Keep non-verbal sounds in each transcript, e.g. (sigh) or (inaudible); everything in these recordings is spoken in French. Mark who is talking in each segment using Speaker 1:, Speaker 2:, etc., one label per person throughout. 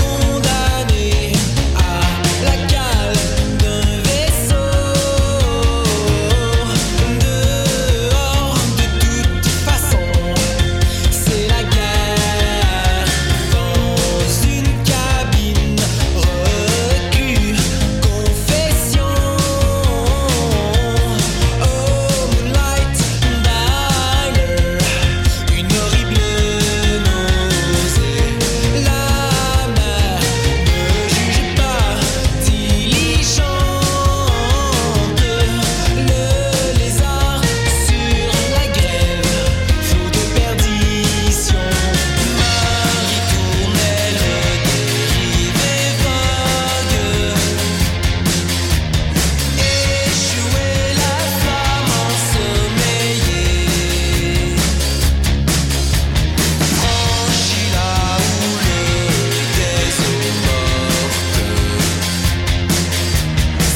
Speaker 1: Condamné à la cale d'un vaisseau Dehors de toute façon C'est la guerre Dans une cabine reclue Confession Oh Moonlight Diner Une horrible nausée La mer ne juge pas Diligente Le lézard sur la grève Fou de perdition Marie tournait le dérivé vogue Échouer la flamme ensommeillée Franchis la houle des eaux mortes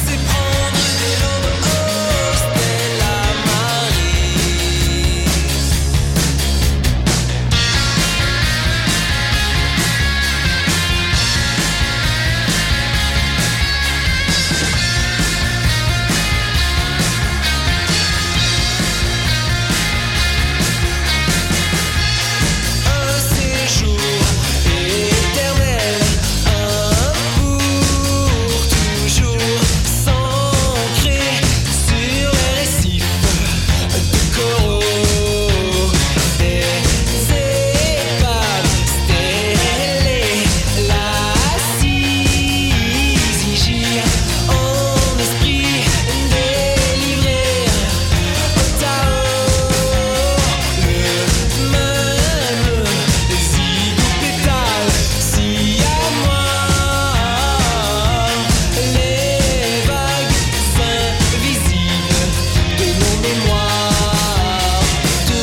Speaker 1: C'est prendre des lobes hausses de oh, la marée Un séjour éternel, un pour toujours, s'ancrer sur les récifs de coraux. Des épaves stélées, l'assise gire en esprit délivré. Le même zigou pétale Si à moi Les vagues invisibles De nos mémoires Te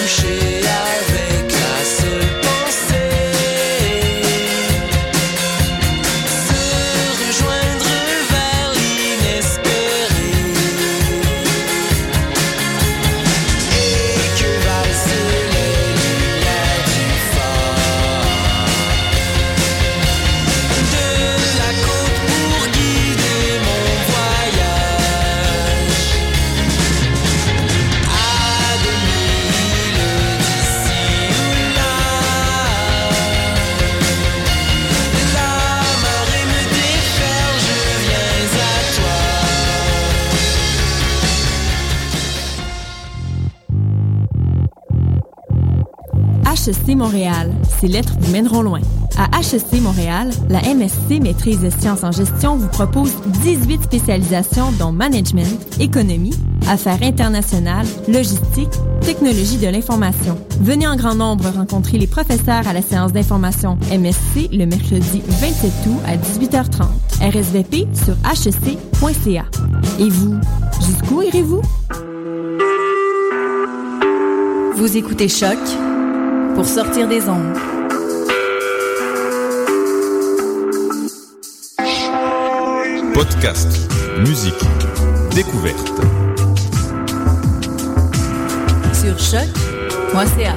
Speaker 1: toucher avec la seule pensée Se rejoindre vers l'inespéré et que valser les lumières du phare De la côte pour guider mon voyage À demi le d'ici ou là La marée me déferle, je viens à toi
Speaker 2: HST Montréal, ces lettres vous mèneront loin. À HST Montréal, la MSC Maîtrise des sciences en gestion vous propose 18 spécialisations dont management, économie, affaires internationales, logistique, technologie de l'information. Venez en grand nombre rencontrer les professeurs à la séance d'information MSC le mercredi 27 août à 18h30. RSVP sur hsc.ca. Et vous, jusqu'où irez-vous?
Speaker 3: Vous écoutez Choc pour sortir des ondes.
Speaker 4: Podcast, musique, découverte
Speaker 3: Sur choc.ca.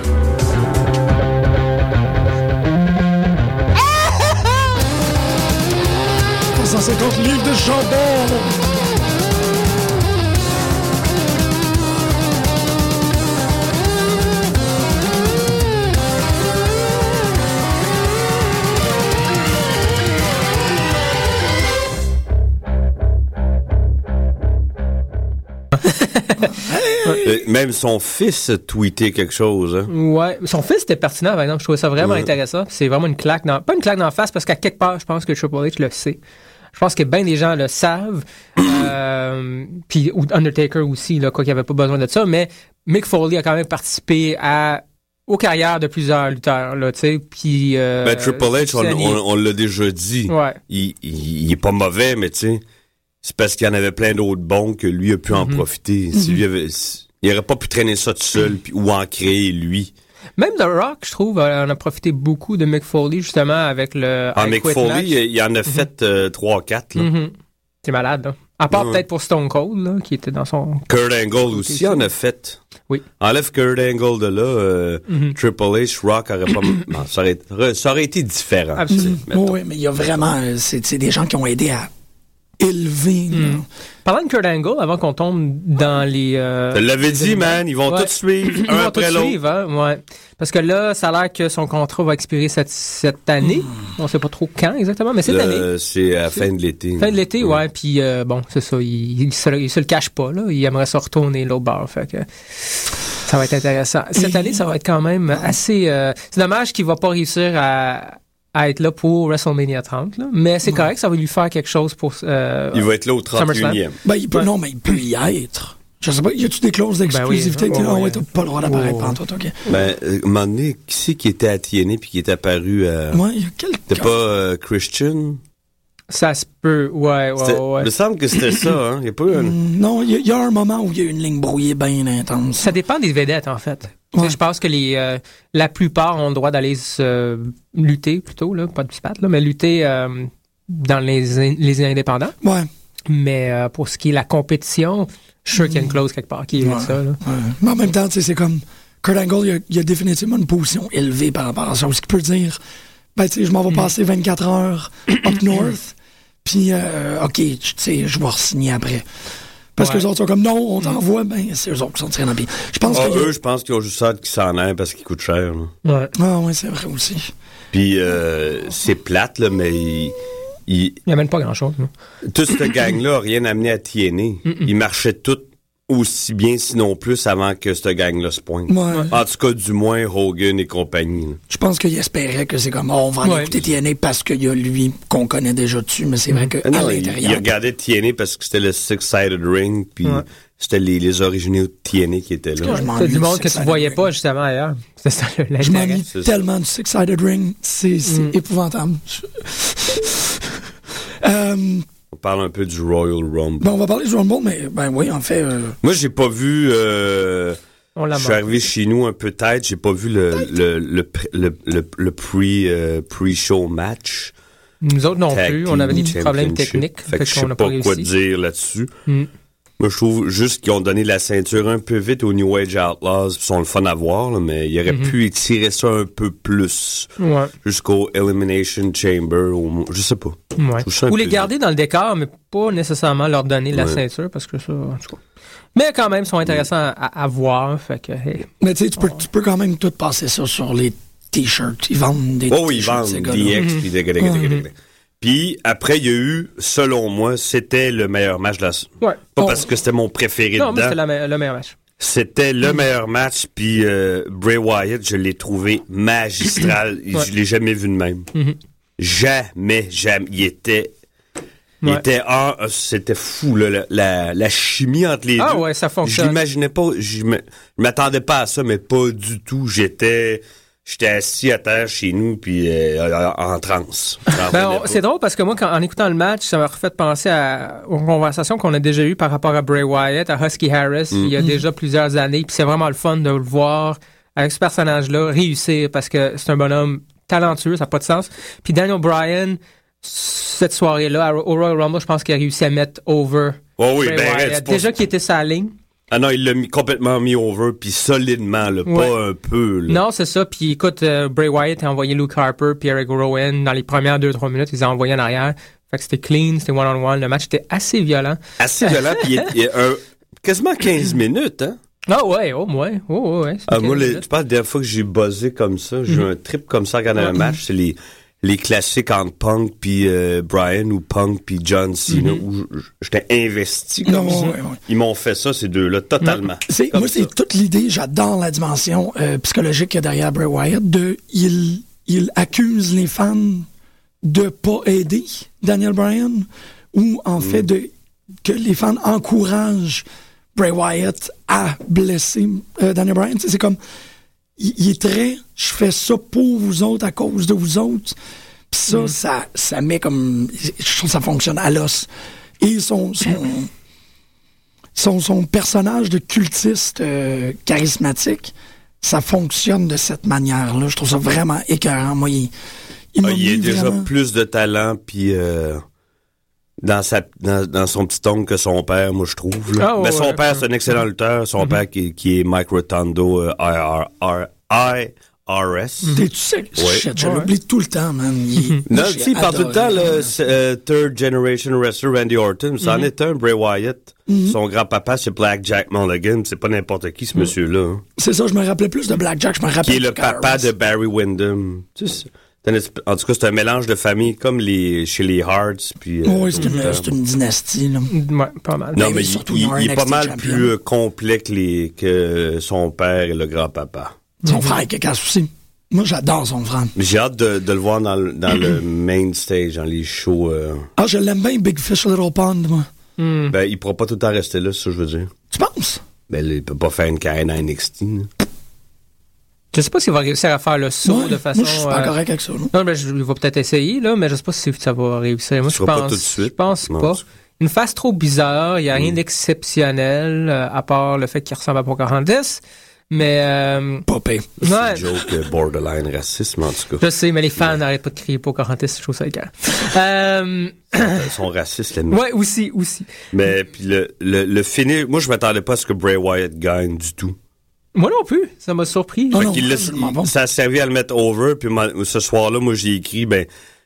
Speaker 5: de chandelle.
Speaker 6: Euh, Même son fils a tweeté quelque chose. hein.
Speaker 7: Ouais. Son fils était pertinent, par exemple. Je trouvais ça vraiment
Speaker 6: Ouais.
Speaker 7: intéressant. C'est vraiment une claque dans. Pas une claque dans la face, parce qu'à quelque part, je pense que Triple H le sait. Je pense que bien des gens
Speaker 6: (coughs)
Speaker 7: le savent. Euh, Puis ou- Undertaker aussi, là, quoi qu'il avait pas besoin de ça. Mais Mick Foley a quand même participé à aux carrières de plusieurs lutteurs, là, tu sais. Puis. euh,
Speaker 6: Ben, Triple H, on,
Speaker 7: Sonny-
Speaker 6: on- on l'a déjà dit.
Speaker 7: Ouais.
Speaker 6: Il, il- il est pas mauvais, mais tu sais, c'est parce qu'il y en avait plein d'autres bons que lui a pu
Speaker 7: Mhm.
Speaker 6: en profiter. Si lui avait- s- il aurait pas pu traîner ça tout seul puis- ou en créer lui.
Speaker 7: Même The Rock, je trouve, euh, on a profité beaucoup de Mick Foley, justement, avec le.
Speaker 6: En
Speaker 7: I
Speaker 6: Ah, Mick
Speaker 7: Quit
Speaker 6: Foley,
Speaker 7: match.
Speaker 6: il, il en a fait euh, trois, quatre. là.
Speaker 7: Mhm. C'est malade, là. À part
Speaker 6: Ouais.
Speaker 7: peut-être pour Stone Cold, là, qui était dans son.
Speaker 6: Kurt Angle aussi en a fait.
Speaker 7: Oui. Mhm.
Speaker 6: Enlève Kurt Angle de là, euh, Triple H, Rock aurait pas. (coughs) Non, ça, aurait, re- ça aurait été différent.
Speaker 7: Absolument.
Speaker 6: tu sais, mettons.
Speaker 5: Oui, mais il y a vraiment. euh, C'est c'est des gens qui ont aidé à élever. là.
Speaker 7: Hmm. Parlant de Kurt Angle, avant qu'on tombe dans les. euh,
Speaker 6: Tu l'avais dit, man, ils vont
Speaker 7: Ouais.
Speaker 6: tous suivre,
Speaker 7: Ils
Speaker 6: un
Speaker 7: vont
Speaker 6: après
Speaker 7: tout
Speaker 6: l'autre.
Speaker 7: suivre, hein, ouais. Parce que là, ça a l'air que son contrat va expirer cette, cette année.
Speaker 6: Hmm.
Speaker 7: On sait pas trop quand exactement, mais cette année.
Speaker 6: Euh, C'est à la fin de l'été.
Speaker 7: Fin de l'été,
Speaker 6: Mm.
Speaker 7: ouais. Puis euh, bon, c'est ça. Il, il se, il se le cache pas, là. Il aimerait se retourner l'autre bord. Fait que ça va être intéressant. Cette année, ça va être quand même assez. euh, c'est dommage qu'il va pas réussir à, à être là pour WrestleMania 30, là. Mais c'est correct, ça va lui faire quelque chose pour. euh,
Speaker 6: Il va être là au
Speaker 7: SummerSlam.
Speaker 6: 31e.
Speaker 5: Ben, il peut,
Speaker 7: Ouais.
Speaker 5: Non, mais il peut y être. Je sais pas, y a-tu des clauses d'exclusivité?
Speaker 7: Ben
Speaker 5: Ah
Speaker 7: oui, ouais,
Speaker 5: ouais,
Speaker 7: ouais.
Speaker 5: t'as pas le droit d'apparaître
Speaker 7: Oh.
Speaker 5: pendant toi, ok.
Speaker 6: Ben, euh, à un moment donné, qui c'est qui était à TNA puis qui est apparu à...
Speaker 5: Ouais, il y a quelques.
Speaker 6: C'était pas euh, Christian?
Speaker 7: Ça se peut, ouais, ouais,
Speaker 6: C'était-
Speaker 7: ouais.
Speaker 6: Il me semble que c'était ça, hein? Il y a pas eu un...
Speaker 5: Non, il y, a- il y a un moment où il y a une ligne brouillée bien intense.
Speaker 7: Ça dépend des vedettes, en fait. Tu sais,
Speaker 5: Ouais.
Speaker 7: Je pense que les, euh, la plupart ont le droit d'aller se euh, lutter, plutôt, là, pas de se battre, là, mais lutter euh, dans les, in- les indépendants.
Speaker 5: Ouais.
Speaker 7: Mais euh, pour ce qui est la compétition, je suis sûr qu'il y a une clause quelque part qui évite
Speaker 5: Ouais.
Speaker 7: ça. là.
Speaker 5: Ouais. Mais en même temps, tu sais, c'est comme Kurt Angle, il a, il a définitivement une position élevée par rapport à ça. Ce qui peut dire, ben, tu sais, je m'en vais passer 24 heures up north, puis, euh, OK, tu sais, je vais re-signer après. Parce
Speaker 7: Ouais.
Speaker 5: que les autres sont comme, non, on t'envoie, ben, c'est eux autres qui sont tirés dans le pied. Je pense
Speaker 6: Ah,
Speaker 5: que.
Speaker 6: eux, je pense qu'ils ont juste hâte qu'ils s'en aillent parce qu'ils coûtent cher. là.
Speaker 7: Ouais.
Speaker 5: Ah, ouais, c'est vrai aussi.
Speaker 6: Puis euh, c'est plate, là, mais ils- ils-
Speaker 7: Il n'y amène pas grand-chose. là.
Speaker 6: toute cette
Speaker 5: (coughs)
Speaker 6: gang-là a rien amené à TNA. Ils marchaient tous aussi bien, sinon plus, avant que cette gang-là se pointe.
Speaker 5: Ouais.
Speaker 6: En tout cas, du moins, Hogan et compagnie. là.
Speaker 5: Je pense qu'ils espéraient que c'est comme, oh, on va
Speaker 7: Ouais.
Speaker 5: aller écouter TNA parce qu'il y a lui qu'on connaît déjà dessus, mais c'est vrai que
Speaker 6: Ah
Speaker 5: à
Speaker 6: Non, il,
Speaker 5: l'intérieur.
Speaker 6: il regardait TNA parce que c'était le Six-Sided Ring, puis
Speaker 7: Ouais.
Speaker 6: c'était les, les originaux de TNA qui étaient là.
Speaker 5: Je m'ennuie
Speaker 7: C'est du
Speaker 5: du
Speaker 7: monde que tu
Speaker 5: Six-Sided
Speaker 7: voyais
Speaker 5: Ring.
Speaker 7: pas, justement, ailleurs. C'est ça le-
Speaker 5: Je
Speaker 7: l'intérêt.
Speaker 5: m'ennuie
Speaker 6: C'est ça.
Speaker 5: tellement du Six-Sided Ring. C'est c'est épouvantable. (laughs) Euh,
Speaker 6: On parle un peu du Royal Rumble.
Speaker 5: ben, on va parler du Rumble, mais ben oui, en fait, euh,
Speaker 6: Moi, j'ai pas vu. euh,
Speaker 7: On
Speaker 6: je
Speaker 7: l'a
Speaker 6: suis arrivé chez nous un peu tête. J'ai pas vu le le le pr- le, le, le pre euh, pre-show match.
Speaker 7: Nous autres non
Speaker 6: Tag
Speaker 7: plus.
Speaker 6: Team
Speaker 7: On avait des petits problèmes
Speaker 6: Championship.
Speaker 7: techniques.
Speaker 6: Fait que je
Speaker 7: qu'on
Speaker 6: sais
Speaker 7: n'a
Speaker 6: pas,
Speaker 7: pas
Speaker 6: quoi
Speaker 7: réussi.
Speaker 6: dire là-dessus.
Speaker 7: Mm.
Speaker 6: Moi, je trouve juste qu'ils ont donné la ceinture un peu vite aux New Age Outlaws. Ils sont le fun à voir, là, mais ils auraient pu étirer ça un peu plus.
Speaker 7: Mhm. Ouais.
Speaker 6: jusqu'au Elimination Chamber, ou, je sais pas.
Speaker 7: Ouais.
Speaker 6: trouve ça un
Speaker 7: Ou les
Speaker 6: peu-
Speaker 7: garder dans le décor, mais pas nécessairement leur donner la
Speaker 6: Ouais.
Speaker 7: ceinture, parce que ça, en tout cas. Mais quand même, ils sont intéressants à, à voir. Fait que, hey.
Speaker 5: mais tu sais, tu peux, tu peux quand même tout passer ça sur les t-shirts. Ils vendent des
Speaker 6: Oh, ils
Speaker 5: t-shirts,
Speaker 6: vendent
Speaker 5: ces
Speaker 6: DX,
Speaker 5: gars-là.
Speaker 6: puis des- des- des- des- des- des- Puis après, il y a eu, selon moi, c'était le meilleur match de la...
Speaker 7: Ouais.
Speaker 6: Pas
Speaker 5: Oh.
Speaker 6: parce que c'était mon préféré
Speaker 7: Non, mais
Speaker 6: dedans.
Speaker 7: c'était la me- le meilleur match.
Speaker 6: C'était le meilleur match, puis euh, Bray Wyatt, je l'ai trouvé
Speaker 7: (clears throat)
Speaker 6: magistral. Et
Speaker 7: Ouais. Mm-hmm.
Speaker 6: Je l'ai jamais vu de même. Jamais, jamais. Il était... Il
Speaker 7: Ouais.
Speaker 6: était en- euh, c'était fou là, la, la, la chimie entre les
Speaker 7: Ah
Speaker 6: deux.
Speaker 7: ouais, ça
Speaker 6: Je
Speaker 7: fonctionne.
Speaker 6: l'imaginais pas, je me- je m'attendais pas à ça, mais pas du tout. J'étais, j'étais assis à terre chez nous puis euh, en transe. J'en
Speaker 7: Ben,
Speaker 6: revenais
Speaker 7: on-
Speaker 6: Ah, pas.
Speaker 7: c'est drôle parce que moi, quand- en écoutant le match, ça m'a refait penser à, aux conversations qu'on a déjà eues par rapport à Bray Wyatt, à Husky Harris,
Speaker 6: Mm.
Speaker 7: il y a déjà plusieurs années. Puis c'est vraiment le fun de le voir avec ce personnage-là réussir parce que c'est un bonhomme talentueux, ça n'a pas de sens. Puis Daniel Bryan, cette soirée-là, à- au Royal Rumble, je pense qu'il a réussi à mettre over.
Speaker 6: Oh oui,
Speaker 7: Bray
Speaker 6: ben,
Speaker 7: Wyatt.
Speaker 6: c'est pas-
Speaker 7: déjà qu'il était sa ligne.
Speaker 6: Ah non, il l'a mis, complètement mis over puis solidement, là, pas
Speaker 7: Ouais.
Speaker 6: un peu. là.
Speaker 7: Non, c'est ça. Puis écoute, euh, Bray Wyatt a envoyé Luke Harper, puis Eric Rowan dans les premières 2-3 minutes, ils ont envoyé en arrière. Fait que c'était clean, c'était one-on-one. Le match était assez violent.
Speaker 6: Assez violent puis il est- il est un- quasiment (clears throat) 15 minutes. Hein?
Speaker 7: Ah ouais, oh ouais, oh ouais. c'est
Speaker 6: Ah,
Speaker 7: quinze
Speaker 6: moi, les-
Speaker 7: minutes.
Speaker 5: Mhm.
Speaker 6: je pense la dernière fois que j'ai buzzé comme ça, j'ai eu un trip comme ça quand un match, c'est les les classiques entre Punk puis euh, Brian ou Punk puis John Cena où j- j'étais investi
Speaker 5: Mhm.
Speaker 6: comme
Speaker 5: Non,
Speaker 6: ça.
Speaker 5: ouais, ouais.
Speaker 6: Ils m'ont fait ça ces deux-là totalement.
Speaker 5: C'est-
Speaker 6: Comme
Speaker 5: moi,
Speaker 6: ça.
Speaker 5: c'est toute l'idée, j'adore la dimension euh, psychologique qu'il y a derrière Bray Wyatt, de il, il accuse les fans de pas aider Daniel Bryan, ou en
Speaker 6: Mm.
Speaker 5: fait de que les fans encouragent Bray Wyatt à blesser euh, Daniel Bryan. Tu sais, C'est comme, il, il est très, je fais ça pour vous autres, à cause de vous autres. Puis ça,
Speaker 6: Mm.
Speaker 5: ça, ça met comme, je trouve que ça fonctionne à l'os. Et son- son, son, son personnage de cultiste euh, charismatique, ça fonctionne de cette manière-là. Je trouve ça vraiment écœurant. Moi, il, il
Speaker 6: Ah,
Speaker 5: m'a
Speaker 6: il y a
Speaker 5: mis
Speaker 6: déjà
Speaker 5: vraiment-
Speaker 6: plus de talent puis euh, dans sa dans, dans son petit ongle que son père, moi je trouve. là.
Speaker 7: Ah, ouais,
Speaker 6: Mais son
Speaker 7: ouais.
Speaker 6: père, c'est un excellent lutteur.
Speaker 5: Mm-hmm.
Speaker 6: Son père qui, qui est Mike Rotondo euh, IR, IRS.
Speaker 5: T'es-tu sérieux?
Speaker 6: Ouais.
Speaker 5: Shit, je l'oublie tout le temps, man. Il,
Speaker 6: (laughs) Non,
Speaker 5: j'ai
Speaker 6: tu sais, il parle tout le temps,
Speaker 5: adoré, Mm-hmm.
Speaker 6: le
Speaker 5: man.
Speaker 6: s- euh, third generation wrestler Randy Orton. Ça en est un, Bray Wyatt.
Speaker 5: Mm-hmm.
Speaker 6: Son grand-papa, c'est Black Jack Mulligan. C'est pas n'importe qui,
Speaker 5: Mm.
Speaker 6: ce monsieur-là. hein.
Speaker 5: C'est ça, je me rappelais plus de Blackjack, je me rappelle.
Speaker 6: Qui est le
Speaker 5: de Kyle
Speaker 6: papa
Speaker 5: Ross.
Speaker 6: de Barry Windham. Tu sais, c'est un esp- en tout cas, c'est un mélange de famille, comme les, chez les Hearts. Puis, euh,
Speaker 5: Oh, Oui, c'est une,
Speaker 6: d'autres.
Speaker 5: c'est une dynastie, là.
Speaker 7: Ouais, pas mal.
Speaker 5: Mais
Speaker 6: Non, Ah, mais il,
Speaker 5: surtout,
Speaker 6: il-
Speaker 5: il y a un
Speaker 6: il est pas
Speaker 5: NXT
Speaker 6: mal
Speaker 5: champion.
Speaker 6: plus euh, complet que, les- que son père et le grand-papa.
Speaker 5: Son frère est quelqu'un aussi. Moi, j'adore son frère.
Speaker 6: Mais J'ai hâte de, de le voir dans, le-
Speaker 5: (clears throat)
Speaker 6: dans le main stage, dans les shows. euh.
Speaker 5: Ah, je l'aime bien, Big Fish Little Pond, moi. Mm.
Speaker 6: Ben, il pourra pas tout le temps rester là, c'est ça que je veux dire.
Speaker 5: Tu penses?
Speaker 6: Ben, là, il peut pas faire une carrière à NXT. là.
Speaker 7: Je sais pas s'il va réussir à faire le saut
Speaker 5: Ouais.
Speaker 7: de façon.
Speaker 5: Moi, je suis pas
Speaker 7: euh,
Speaker 5: correct avec ça, non?
Speaker 7: Non, mais je, il va peut-être essayer, là, mais je sais pas si ça va réussir. Moi,
Speaker 6: Ce
Speaker 7: je
Speaker 6: sera pas
Speaker 7: pense,
Speaker 6: tout de suite.
Speaker 7: Je pense
Speaker 6: Non,
Speaker 7: pas.
Speaker 6: tu- Hmm.
Speaker 7: Une face trop bizarre, il n'y a rien d'exceptionnel, euh, à part le fait qu'il ressemble à Pocahontas. Mais, euh,
Speaker 5: Pas pire.
Speaker 7: ouais,
Speaker 6: C'est une joke euh, borderline racisme, en
Speaker 5: (laughs)
Speaker 6: tout cas.
Speaker 7: je sais, mais les fans n'arrêtent pas de crier Pocahontas, je trouve ça égal. euh,
Speaker 6: Ils sont racistes, les mecs.
Speaker 7: ouais, aussi, aussi.
Speaker 6: Mais puis le, le, le fini, moi, je m'attendais pas à ce que Bray Wyatt gagne du tout.
Speaker 7: Moi non plus, ça m'a surpris.
Speaker 5: Ah
Speaker 6: Fait
Speaker 5: non,
Speaker 6: qu'il l'a-
Speaker 5: absolument pas.
Speaker 6: Ça a servi à le mettre over. Puis ma- ce soir-là, moi, j'ai écrit, ben,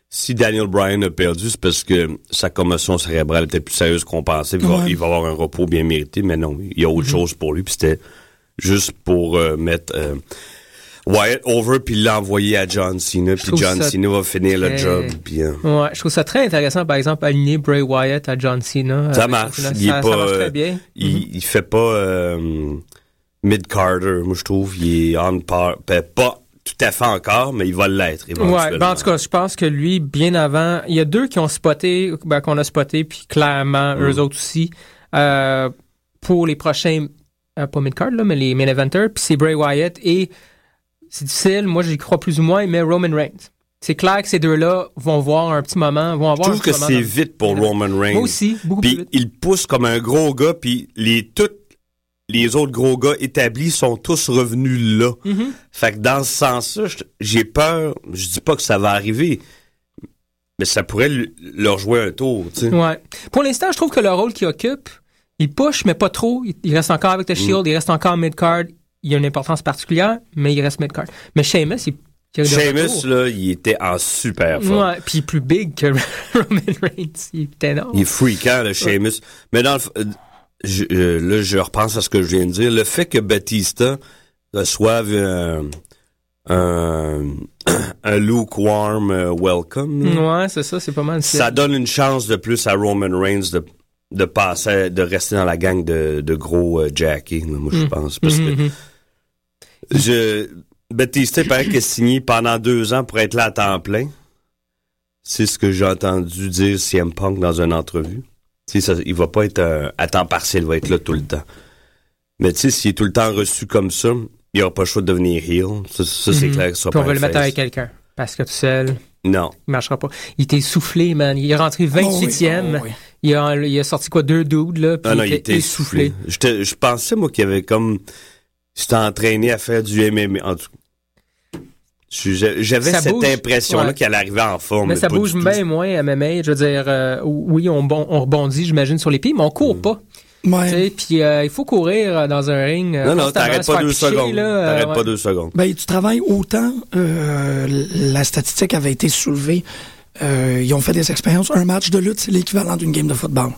Speaker 6: si Daniel Bryan a perdu, c'est parce que sa commotion cérébrale était plus sérieuse qu'on pensait. puis Il, va,
Speaker 5: Ouais.
Speaker 6: il va avoir un repos bien mérité, mais non, il y a autre
Speaker 7: Mhm.
Speaker 6: chose pour lui. Puis c'était juste pour euh, mettre euh, Wyatt over, puis l'envoyer à John Cena. Puis
Speaker 7: trouve
Speaker 6: John
Speaker 7: ça
Speaker 6: Cena va finir le
Speaker 7: très-
Speaker 6: job. Puis, hein.
Speaker 7: Ouais, je trouve ça très intéressant, par exemple, aligner Bray Wyatt à John Cena. Euh,
Speaker 6: Ça
Speaker 7: Avec-
Speaker 6: marche.
Speaker 7: Ça,
Speaker 6: Il est
Speaker 7: ça
Speaker 6: pas,
Speaker 7: marche
Speaker 6: euh,
Speaker 7: très bien.
Speaker 6: Il, il fait pas euh, mid Carter, moi je trouve. Il est on par, ben, pas tout à fait encore, mais il va l'être.
Speaker 7: Ouais,
Speaker 6: éventuellement.
Speaker 7: ben en tout cas, je pense que lui, bien avant, il y a deux qui ont spoté, ben, qu'on a spoté, puis clairement,
Speaker 6: Mm.
Speaker 7: eux autres aussi, euh, pour les prochains, euh, pas mid-card, là, mais les main eventers, puis c'est Bray Wyatt et, c'est difficile, moi j'y crois plus ou moins, mais Roman Reigns. C'est clair que ces deux-là vont voir un petit moment, vont
Speaker 6: je
Speaker 7: avoir
Speaker 6: trouve
Speaker 7: un petit
Speaker 6: que
Speaker 7: moment
Speaker 6: c'est
Speaker 7: dans-
Speaker 6: vite pour Roman Reigns.
Speaker 7: Moi aussi, beaucoup plus
Speaker 6: Puis
Speaker 7: vite.
Speaker 6: il pousse comme un gros gars, puis les tous les autres gros gars établis sont tous revenus là.
Speaker 7: Mm-hmm.
Speaker 6: Fait que dans ce sens-là, je- j'ai peur. Je dis pas que ça va arriver, mais ça pourrait lui- leur jouer un tour. tu sais.
Speaker 7: Ouais. Pour l'instant, je trouve que le rôle qu'il occupe, il push, mais pas trop. Il, il reste encore avec The Shield, il reste encore mid-card. Il a une importance particulière, mais il reste mid-card. Mais Sheamus, il. il a de
Speaker 6: Sheamus,
Speaker 7: retour.
Speaker 6: là, il était en super forme.
Speaker 7: Ouais, puis il est plus big que (laughs) Roman Reigns. Il est énorme.
Speaker 6: (laughs) Il est freakant, le Sheamus. Mais dans le, f- euh, je, euh, là, je repense à ce que je viens de dire. Le fait que Batista reçoive euh, un, (clears throat) un lukewarm euh, welcome, là,
Speaker 7: Ouais, c'est ça, c'est pas mal.
Speaker 6: ça donne une chance de plus à Roman Reigns de, de passer, de rester dans la gang de, de gros euh, Jackie, là, moi, je
Speaker 7: Mm.
Speaker 6: pense. Parce
Speaker 7: Mm-hmm,
Speaker 6: que je, Batista, il paraît qu'il est signé pendant deux ans pour être là à temps plein. C'est ce que j'ai entendu dire CM Punk dans une entrevue. Tu sais, ça- il va pas être euh, à temps partiel, il va être là tout le temps. Mais tu sais, s'il est tout le temps reçu comme ça, il aura pas le choix de devenir heel. Ça, ça, c'est clair. qu'il sera
Speaker 7: Mm-hmm. Puis on
Speaker 6: pas
Speaker 7: va
Speaker 6: un
Speaker 7: le mettre
Speaker 6: face.
Speaker 7: avec quelqu'un. Parce que tout seul,
Speaker 6: Non.
Speaker 7: il marchera pas. Il était essoufflé, man. Il est rentré
Speaker 5: Oh oui,
Speaker 7: 28e.
Speaker 5: oh oui.
Speaker 7: il, a, il a sorti quoi, deux dudes, là. Puis
Speaker 6: Ah
Speaker 7: il,
Speaker 6: non,
Speaker 7: était essoufflé.
Speaker 6: J'étais- Je pensais, moi, qu'il avait comme. J'étais entraîné à faire du MMA. En tout cas, je- J'avais
Speaker 7: Ça
Speaker 6: cette
Speaker 7: bouge.
Speaker 6: impression-là
Speaker 7: Ouais.
Speaker 6: qu'elle arrivait en forme.
Speaker 7: Mais ça
Speaker 6: pas du
Speaker 7: bouge
Speaker 6: tout.
Speaker 7: bien moins à MMA. Je veux dire, euh, oui, on, bon- on rebondit, j'imagine, sur les pieds, mais on
Speaker 6: Mm.
Speaker 7: court pas.
Speaker 5: Ouais.
Speaker 7: tu sais. Puis euh, il faut courir euh, dans un ring. euh,
Speaker 6: Non, non,
Speaker 7: constamment,
Speaker 6: t'arrêtes
Speaker 7: se
Speaker 6: pas
Speaker 7: faire
Speaker 6: deux
Speaker 7: picher,
Speaker 6: secondes.
Speaker 7: là, euh,
Speaker 6: T'arrêtes
Speaker 7: ouais.
Speaker 6: pas deux secondes.
Speaker 5: Ben, tu travailles autant. euh, la statistique avait été soulevée. Euh, ils ont fait des expériences. Un match de lutte, c'est l'équivalent d'une game de football.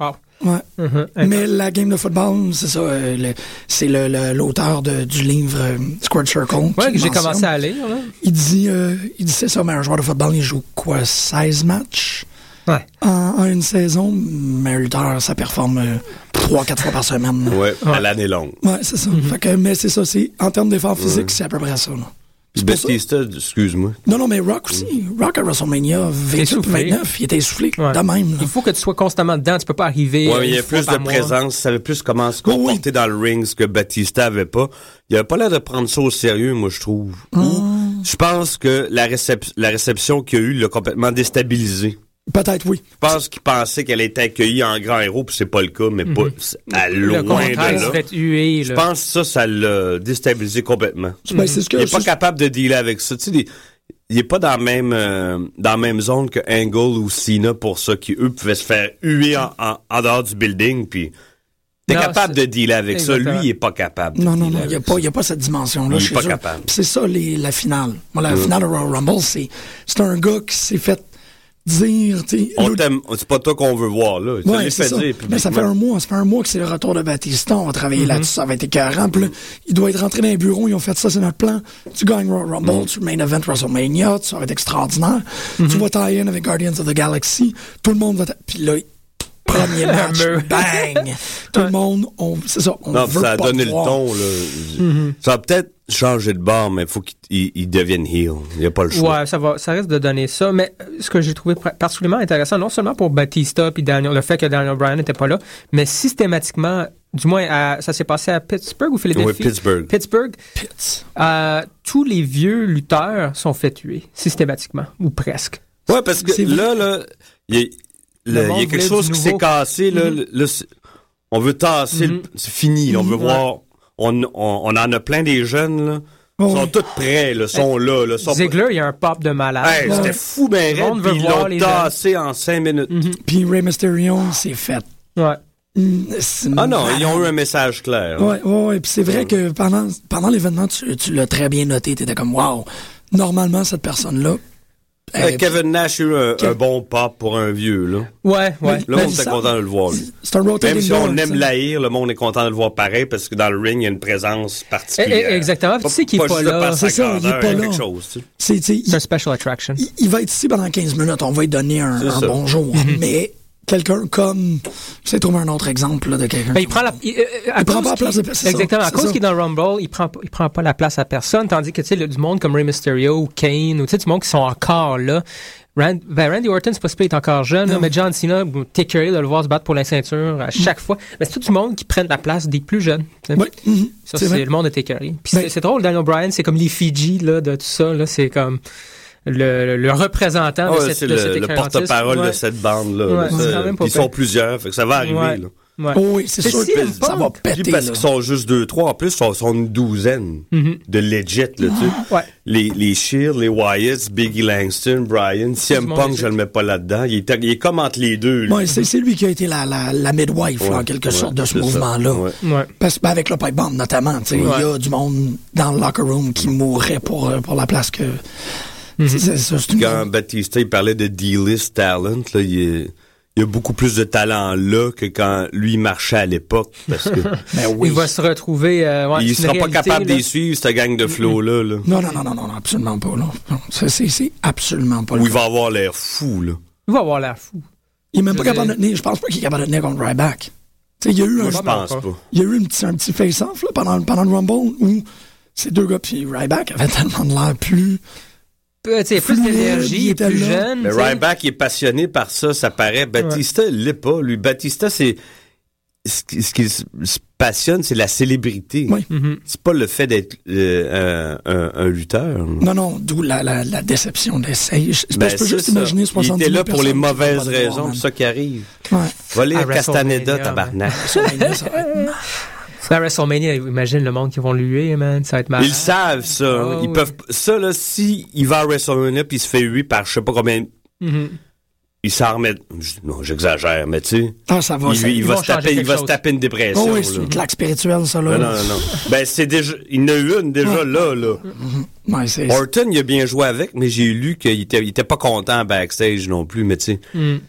Speaker 7: Wow.
Speaker 5: Ouais.
Speaker 7: Mhm.
Speaker 5: Mais la game de football, c'est ça. euh, le- c'est le- le- l'auteur de- du livre euh, Squared Circle.
Speaker 7: Ah. Ouais,
Speaker 5: qui
Speaker 7: que j'ai
Speaker 5: mentionne.
Speaker 7: commencé à lire. Là.
Speaker 5: Il dit, euh, il dit c'est ça, mais un joueur de football, il joue quoi 16 matchs
Speaker 7: Ouais.
Speaker 5: en, en une saison, mais un lutteur, ça performe 3-4 fois par semaine.
Speaker 6: Ouais, à l'année longue.
Speaker 5: Ouais, c'est ça. Fait que, mais c'est ça, c'est en termes d'effort physique, c'est à peu près ça. là. pour
Speaker 6: Bethesda, excuse-moi.
Speaker 5: Non, non, mais Rock aussi. Rock à WrestleMania
Speaker 7: Essoufflé.
Speaker 5: 28-29, il était essoufflé,
Speaker 7: Ouais.
Speaker 5: de même. là.
Speaker 7: Il faut que tu sois constamment dedans. Tu peux pas arriver.
Speaker 6: Ouais, mais il y
Speaker 7: euh, une
Speaker 6: a
Speaker 7: fois
Speaker 6: plus
Speaker 7: par
Speaker 6: de
Speaker 7: mois.
Speaker 6: présence, il savait plus comment se
Speaker 5: Oui, oui.
Speaker 6: comporter dans le ring, ce que Batista avait pas. Il avait pas l'air de prendre ça au sérieux, moi, je trouve.
Speaker 7: Ah.
Speaker 6: Ou, Je pense que la, récep- la réception qu'il a eue l'a complètement déstabilisé.
Speaker 5: Peut-être, oui.
Speaker 6: Je pense qu'il pensait qu'elle était accueillie en grand héros, puis c'est pas le cas, mais
Speaker 5: Mhm.
Speaker 6: pas c'est à
Speaker 7: Le
Speaker 6: loin de
Speaker 7: contraire, il se
Speaker 6: là.
Speaker 7: fait huer.
Speaker 6: Je
Speaker 7: là.
Speaker 6: pense que ça, ça l'a déstabilisé complètement.
Speaker 5: Ben, c'est ce que
Speaker 6: Il est
Speaker 5: c'est
Speaker 6: pas
Speaker 5: ce-
Speaker 6: capable de dealer avec ça. Tu sais, les- il est pas dans la même, euh, dans la même zone que Angle ou Cena pour ça, qui eux pouvaient se faire huer en, en- en dehors du building. Puis t'es
Speaker 7: Non,
Speaker 6: capable de
Speaker 7: c'est-
Speaker 6: dealer avec ça.
Speaker 7: Exactement.
Speaker 6: Lui, il est pas capable. de
Speaker 5: Non, non,
Speaker 6: dealer
Speaker 5: non, il n'y a,
Speaker 6: avec
Speaker 5: pas-
Speaker 6: ça.
Speaker 5: y a pas cette dimension-là.
Speaker 6: Il est
Speaker 5: chez
Speaker 6: pas
Speaker 5: eux.
Speaker 6: capable. Mhm.
Speaker 5: Puis C'est ça, les- la finale. Moi, la finale de Royal Rumble, c'est c'est un gars qui s'est fait dire. tu sais,
Speaker 6: On
Speaker 5: l'autre-
Speaker 6: t'aime- c'est pas toi qu'on veut voir là. Tu
Speaker 5: Ouais,
Speaker 6: l'as
Speaker 5: c'est
Speaker 6: fait
Speaker 5: ça.
Speaker 6: dire
Speaker 5: Mais ça fait
Speaker 6: publiquement. Mm-hmm.
Speaker 5: un mois, ça fait un mois que c'est le retour de Batista. On va travailler là-dessus, ça va être écœurant. Puis là, il doit être rentré dans les bureaux, ils ont fait ça, c'est notre plan. Tu gagnes Royal Rumble,
Speaker 6: Mm-hmm.
Speaker 5: tu main event WrestleMania, ça va être extraordinaire. Tu vas tie-in avec Guardians of the Galaxy, tout le monde va... t'a- Puis là,
Speaker 6: (laughs)
Speaker 5: premier match,
Speaker 7: mur.
Speaker 5: bang! Tout le monde, on, c'est ça, on
Speaker 6: Non,
Speaker 5: veut
Speaker 6: ça a
Speaker 5: pas te
Speaker 6: donné le
Speaker 5: voir.
Speaker 6: ton. Là. Ça a peut-être changé de bord, mais faut qu'il il- il devienne heel. Il n'y a pas le choix.
Speaker 7: Ouais, ça, va, ça risque de donner ça. Mais euh, ce que j'ai trouvé pr- particulièrement intéressant, non seulement pour Batista puis Daniel, le fait que Daniel Bryan n'était pas là, mais systématiquement, du moins, à- ça s'est passé à Pittsburgh ou Philadelphie?
Speaker 6: Oui, Pittsburgh.
Speaker 7: Pittsburgh, euh, tous les vieux lutteurs sont fait tuer, systématiquement, ou presque.
Speaker 6: Ouais, parce que
Speaker 5: C'est
Speaker 6: là, là, il y a, là, il y a
Speaker 7: monde voulait
Speaker 6: quelque chose
Speaker 7: du
Speaker 6: qui
Speaker 7: nouveau.
Speaker 6: s'est cassé. Là, Là, c'est- on veut tasser, le- c'est fini. là, on veut
Speaker 7: Mhm.
Speaker 6: voir. On, on, on en a plein des jeunes. Là.
Speaker 5: Oh,
Speaker 6: Ils sont
Speaker 5: ouais.
Speaker 6: tous prêts. Là, sont là. là sont
Speaker 7: Ziggler, il y a un pop de malade.
Speaker 6: Hey, C'était fou, ben
Speaker 7: Le monde
Speaker 6: raide,
Speaker 7: veut
Speaker 6: puis ils
Speaker 7: voir
Speaker 6: l'ont
Speaker 7: les
Speaker 6: tassé en cinq minutes.
Speaker 5: Puis Ray Mysterio, c'est fait.
Speaker 7: Ouais.
Speaker 5: C'est
Speaker 6: Ah non,
Speaker 5: malade.
Speaker 6: ils ont eu un message clair.
Speaker 5: Ouais, ouais, ouais. Puis c'est vrai que pendant, pendant l'événement, tu, tu l'as très bien noté. T'étais comme, wow, normalement, cette personne-là. eh,
Speaker 6: Euh,
Speaker 5: elle-
Speaker 6: Kevin Nash a eu un,
Speaker 5: Kev-
Speaker 6: un bon pop pour un vieux. Là,
Speaker 7: Ouais,
Speaker 6: là
Speaker 7: ouais.
Speaker 5: Mais
Speaker 6: on était
Speaker 5: ça-
Speaker 6: content de le voir. Lui.
Speaker 5: C'est un rotating
Speaker 6: Même si
Speaker 5: door,
Speaker 6: on aime
Speaker 5: ça.
Speaker 6: l'haïr, le monde est content de le voir pareil parce que dans le ring, il y a une présence particulière.
Speaker 7: Eh, eh, exactement. Tu sais qu'il est pas
Speaker 6: juste
Speaker 7: là. Ah,
Speaker 6: par sa
Speaker 5: C'est ça, il est
Speaker 6: grandeur,
Speaker 5: pas
Speaker 6: il y a
Speaker 5: là.
Speaker 6: quelque chose, tu sais.
Speaker 5: C'est, tu sais,
Speaker 7: C'est un
Speaker 5: il,
Speaker 7: special attraction.
Speaker 5: il- il va être ici pendant 15 minutes. On va lui donner un,
Speaker 6: C'est
Speaker 5: un
Speaker 6: ça. Mm-hmm.
Speaker 5: bonjour. Mais quelqu'un comme. Je sais trouver un autre exemple là, de quelqu'un.
Speaker 7: Ben, il
Speaker 5: qui-
Speaker 7: prend la, il, euh, à
Speaker 5: Il prend
Speaker 7: cause
Speaker 5: pas la place
Speaker 7: qu'il-
Speaker 5: de- c'est ça,
Speaker 7: Exactement.
Speaker 5: c'est
Speaker 7: à cause
Speaker 5: ça.
Speaker 7: qu'il est dans le Rumble, il prend, pas- il prend pas la place à personne. Tandis que, tu sais, le- du monde comme Rey Mysterio ou Kane, ou tu sais, du monde qui sont encore là. Rand- ben, Randy Orton, c'est pas si pire, il est encore jeune, là, mais John Cena, bon, t'es curieux de le voir se battre pour la ceinture à chaque fois. Mais c'est tout du monde qui prennent la place des plus jeunes. tu sais.
Speaker 5: Mm. Ouais, mhm,
Speaker 7: Ça,
Speaker 5: c'est
Speaker 7: c'est
Speaker 5: vrai.
Speaker 7: le monde était écœuré. Puis
Speaker 5: Ben-
Speaker 7: c'est- c'est drôle, Daniel Bryan, c'est comme les Fidji là, de tout ça. Là, c'est comme le, le représentant
Speaker 6: Ah ouais,
Speaker 7: de cette
Speaker 6: c'est
Speaker 7: de cet
Speaker 6: le, le
Speaker 7: écœurantisme.
Speaker 6: porte-parole
Speaker 7: Ouais.
Speaker 6: de cette bande-là.
Speaker 7: Ouais,
Speaker 6: là,
Speaker 7: c'est
Speaker 6: ça,
Speaker 7: quand même pas
Speaker 6: ils sont
Speaker 7: pire.
Speaker 6: plusieurs, fait que ça va arriver.
Speaker 7: Ouais.
Speaker 6: là.
Speaker 7: Ouais.
Speaker 5: Oh oui, c'est
Speaker 7: C'est
Speaker 5: sûr.
Speaker 7: CM
Speaker 5: Ça va
Speaker 7: Punk.
Speaker 5: péter.
Speaker 6: Puis parce
Speaker 5: là.
Speaker 6: qu'ils sont juste deux, trois. En plus, ils sont, sont une douzaine de legit. Là, tu sais.
Speaker 7: Mm-hmm. (gasps) Ouais.
Speaker 6: Les, les Sheer, les Wyatts, Biggie Langston, Brian,
Speaker 7: du
Speaker 6: CM
Speaker 7: monde
Speaker 6: Punk,
Speaker 7: legit.
Speaker 6: je le mets pas là-dedans. Il est, il est comme entre les deux. lui.
Speaker 5: Ouais, c'est, c'est lui qui a été la, la, la midwife, là, en quelque
Speaker 6: Ouais,
Speaker 5: sorte, de ce
Speaker 6: c'est ça.
Speaker 5: mouvement-là.
Speaker 6: Ouais.
Speaker 7: Ouais.
Speaker 5: Parce, ben, avec le pipe bomb, notamment, tu sais, il y a du monde dans le locker room qui mourrait pour, euh, pour la place que. C'est- C'est ça, c'est une.
Speaker 6: Mhm. Quand Batista il parlait de D-list talent, là, il, est- il y a beaucoup plus de talent là que quand lui il marchait à l'époque.
Speaker 5: (laughs)
Speaker 6: Parce que
Speaker 5: Ben oui.
Speaker 7: Il va se retrouver. euh, ouais,
Speaker 6: il
Speaker 7: c'est
Speaker 6: sera
Speaker 7: une
Speaker 6: pas
Speaker 7: réalité,
Speaker 6: capable
Speaker 7: là.
Speaker 6: d'y suivre, cette gang de flots-là. Là,
Speaker 5: Non, non, non, non, non, non, absolument pas, là. Non, c'est- C'est c'est absolument pas. le
Speaker 6: Où il
Speaker 5: cas.
Speaker 6: va avoir l'air fou. Là.
Speaker 7: Il va avoir l'air fou.
Speaker 5: Il est même pas
Speaker 7: Je-
Speaker 5: capable de tenir. Je pense pas qu'il est capable de tenir contre Ryback. Tu sais, il y a eu un,
Speaker 6: Moi, je
Speaker 7: Probablement
Speaker 6: pense pas.
Speaker 7: pas.
Speaker 5: il y a eu un petit, un petit face-off, là, pendant, pendant le Rumble où ces deux gars, puis Ryback avait tellement de l'air plus.
Speaker 7: Euh, tu sais, plus
Speaker 5: Fluide,
Speaker 7: d'énergie,
Speaker 5: il
Speaker 7: il est
Speaker 5: était
Speaker 7: plus
Speaker 5: là.
Speaker 7: jeune.
Speaker 6: Mais
Speaker 7: tu sais.
Speaker 6: Ryback il est passionné par ça, ça paraît. Batista, il l'est pas. Lui, Batista, c'est. Ce qui ce qui se se passionne, c'est la célébrité.
Speaker 5: Oui.
Speaker 6: C'est pas le fait d'être euh, un, un- un lutteur. là.
Speaker 5: Non, non, d'où la, la, la déception de l'essai. Je, je
Speaker 6: Ben,
Speaker 5: peux
Speaker 6: c'est
Speaker 5: juste
Speaker 6: ça.
Speaker 5: imaginer 70
Speaker 6: Il était là pour les
Speaker 5: personnes qui vont pas
Speaker 6: mauvaises
Speaker 5: le voir,
Speaker 6: raisons,
Speaker 5: man.
Speaker 6: c'est ça qui arrive.
Speaker 5: Ouais.
Speaker 6: Voler
Speaker 7: À
Speaker 6: à Castaneda,
Speaker 7: WrestleMania,
Speaker 6: tabarnak.
Speaker 5: Ça va être- ça va être-
Speaker 7: À Bah, WrestleMania, imagine le monde qui vont lui man. Ça va être malade.
Speaker 6: Ils le savent, ça. hein.
Speaker 7: Ah,
Speaker 6: ils
Speaker 7: oui.
Speaker 6: peuvent. Ça, là, si il va à WrestleMania puis il se fait huer par je sais pas combien.
Speaker 7: Mm-hmm.
Speaker 6: Il s'en remet. je- Non, j'exagère, mais tu sais.
Speaker 5: Ah, ça va.
Speaker 6: il,
Speaker 5: ça-
Speaker 6: il
Speaker 7: ils
Speaker 6: va,
Speaker 7: vont
Speaker 6: se
Speaker 7: changer
Speaker 6: taper, il
Speaker 7: quelque
Speaker 6: va se
Speaker 7: chose.
Speaker 6: taper une dépression.
Speaker 5: Oh oui,
Speaker 6: là.
Speaker 5: c'est une claque spirituelle, ça, là.
Speaker 6: Non, non, non, non. Ben, c'est déjà. Il y en a eu une déjà, là, là.
Speaker 5: Ouais, c'est-
Speaker 6: Orton, il a bien joué avec, mais j'ai lu qu'il était,
Speaker 7: Hmm.
Speaker 6: il était pas content backstage non plus, mais tu sais.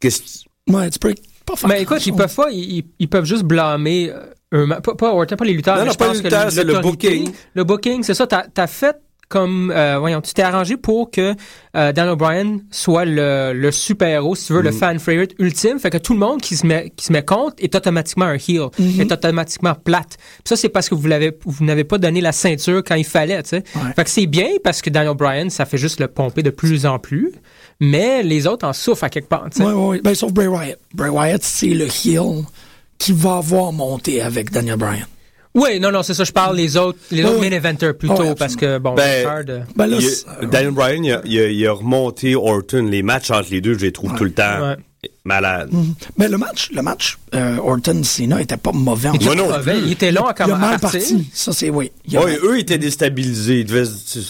Speaker 6: Qu'est-ce que-
Speaker 5: ouais, tu peux pas faire
Speaker 7: Mais Ben, écoute, ils
Speaker 5: grand-chose.
Speaker 7: peuvent pas, ils, ils- ils peuvent juste blâmer euh, eux-mêmes. Pas, pas Orton, pas les lutteurs.
Speaker 6: Non,
Speaker 7: mais
Speaker 6: non,
Speaker 7: je
Speaker 6: pas
Speaker 7: pense
Speaker 6: les
Speaker 7: que
Speaker 6: lutteurs, c'est le
Speaker 7: l'autorité-
Speaker 6: booking.
Speaker 7: Le booking, c'est ça. T'as as fait comme, euh, voyons, tu t'es arrangé pour que euh, Dan O'Brien soit le, le super-héros, si tu veux,
Speaker 6: Mm.
Speaker 7: le fan favorite ultime. Fait que tout le monde qui se met, qui se met contre est automatiquement un heel,
Speaker 6: Mm-hmm.
Speaker 7: est automatiquement plate. Puis ça, c'est parce que vous l'avez, vous n'avez pas donné la ceinture quand il fallait, tu sais.
Speaker 5: Ouais.
Speaker 7: Fait que c'est bien parce que Dan O'Brien, ça fait juste le pomper de plus en plus. Mais les autres en souffrent à quelque part, tu sais.
Speaker 5: Oui, oui, oui. Ben, sauf Bray Wyatt. Bray Wyatt, c'est le heel qui va avoir monté avec Daniel Bryan.
Speaker 7: Oui, non, non, c'est ça. Je parle les autres, les
Speaker 5: Oui,
Speaker 7: autres
Speaker 5: oui.
Speaker 7: main eventers plutôt,
Speaker 5: Oui, absolument.
Speaker 7: parce que bon,
Speaker 6: Ben,
Speaker 7: Hard, euh,
Speaker 5: Ben là,
Speaker 6: Il-
Speaker 5: c'est- euh,
Speaker 6: Daniel Bryan, il a, il a- il a remonté Orton. Les matchs entre les deux, je les trouve tout le temps malades.
Speaker 5: mais ben, le match, le match euh, Orton-Cena était pas mauvais. En
Speaker 6: Moi
Speaker 5: fait.
Speaker 6: non.
Speaker 7: mauvais. il était long à
Speaker 5: Il a
Speaker 7: commencer.
Speaker 5: mal parti. Ça, c'est oui. Il a
Speaker 6: Ouais, euh,
Speaker 5: mal-
Speaker 6: eux étaient déstabilisés. Ils devaient se-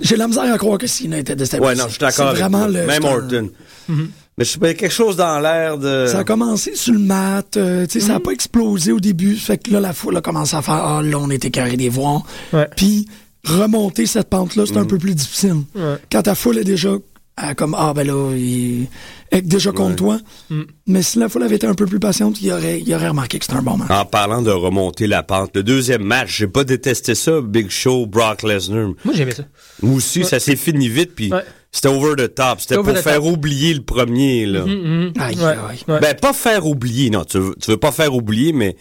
Speaker 5: J'ai la misère à croire que Cena était déstabilisé.
Speaker 6: Ouais, non, je suis d'accord.
Speaker 5: C'est
Speaker 6: avec
Speaker 5: vraiment
Speaker 6: toi.
Speaker 5: le.
Speaker 6: Même
Speaker 5: c'est un- Mhm.
Speaker 6: Orton. Mais je sais pas, il y a quelque chose dans l'air de.
Speaker 5: Ça a commencé sur le mat, euh, tu sais, ça n'a pas explosé au début, fait que là, la foule a commencé à faire, ah, là, on était carré des voix.
Speaker 7: Ouais.
Speaker 5: Puis, remonter cette pente-là, c'est un peu plus difficile. Quand ta foule est déjà, à comme, ah, ben là, il est déjà contre toi. Mais si la foule avait été un peu plus patiente, il aurait, il aurait remarqué que c'était un bon match.
Speaker 6: En parlant de remonter la pente, le deuxième match, j'ai pas détesté ça, Big Show, Brock Lesnar.
Speaker 7: Moi, j'aimais ça.
Speaker 6: Moi aussi, ça s'est fini vite, puis
Speaker 7: Ouais.
Speaker 6: c'était over the top. C'était
Speaker 7: C'était
Speaker 6: pour
Speaker 7: over the
Speaker 6: faire oublier le premier, là.
Speaker 5: Mhm, Aïe,
Speaker 7: Ouais.
Speaker 5: aïe.
Speaker 7: Ouais.
Speaker 6: Ben, pas faire oublier, non. Tu veux, tu veux pas faire oublier, mais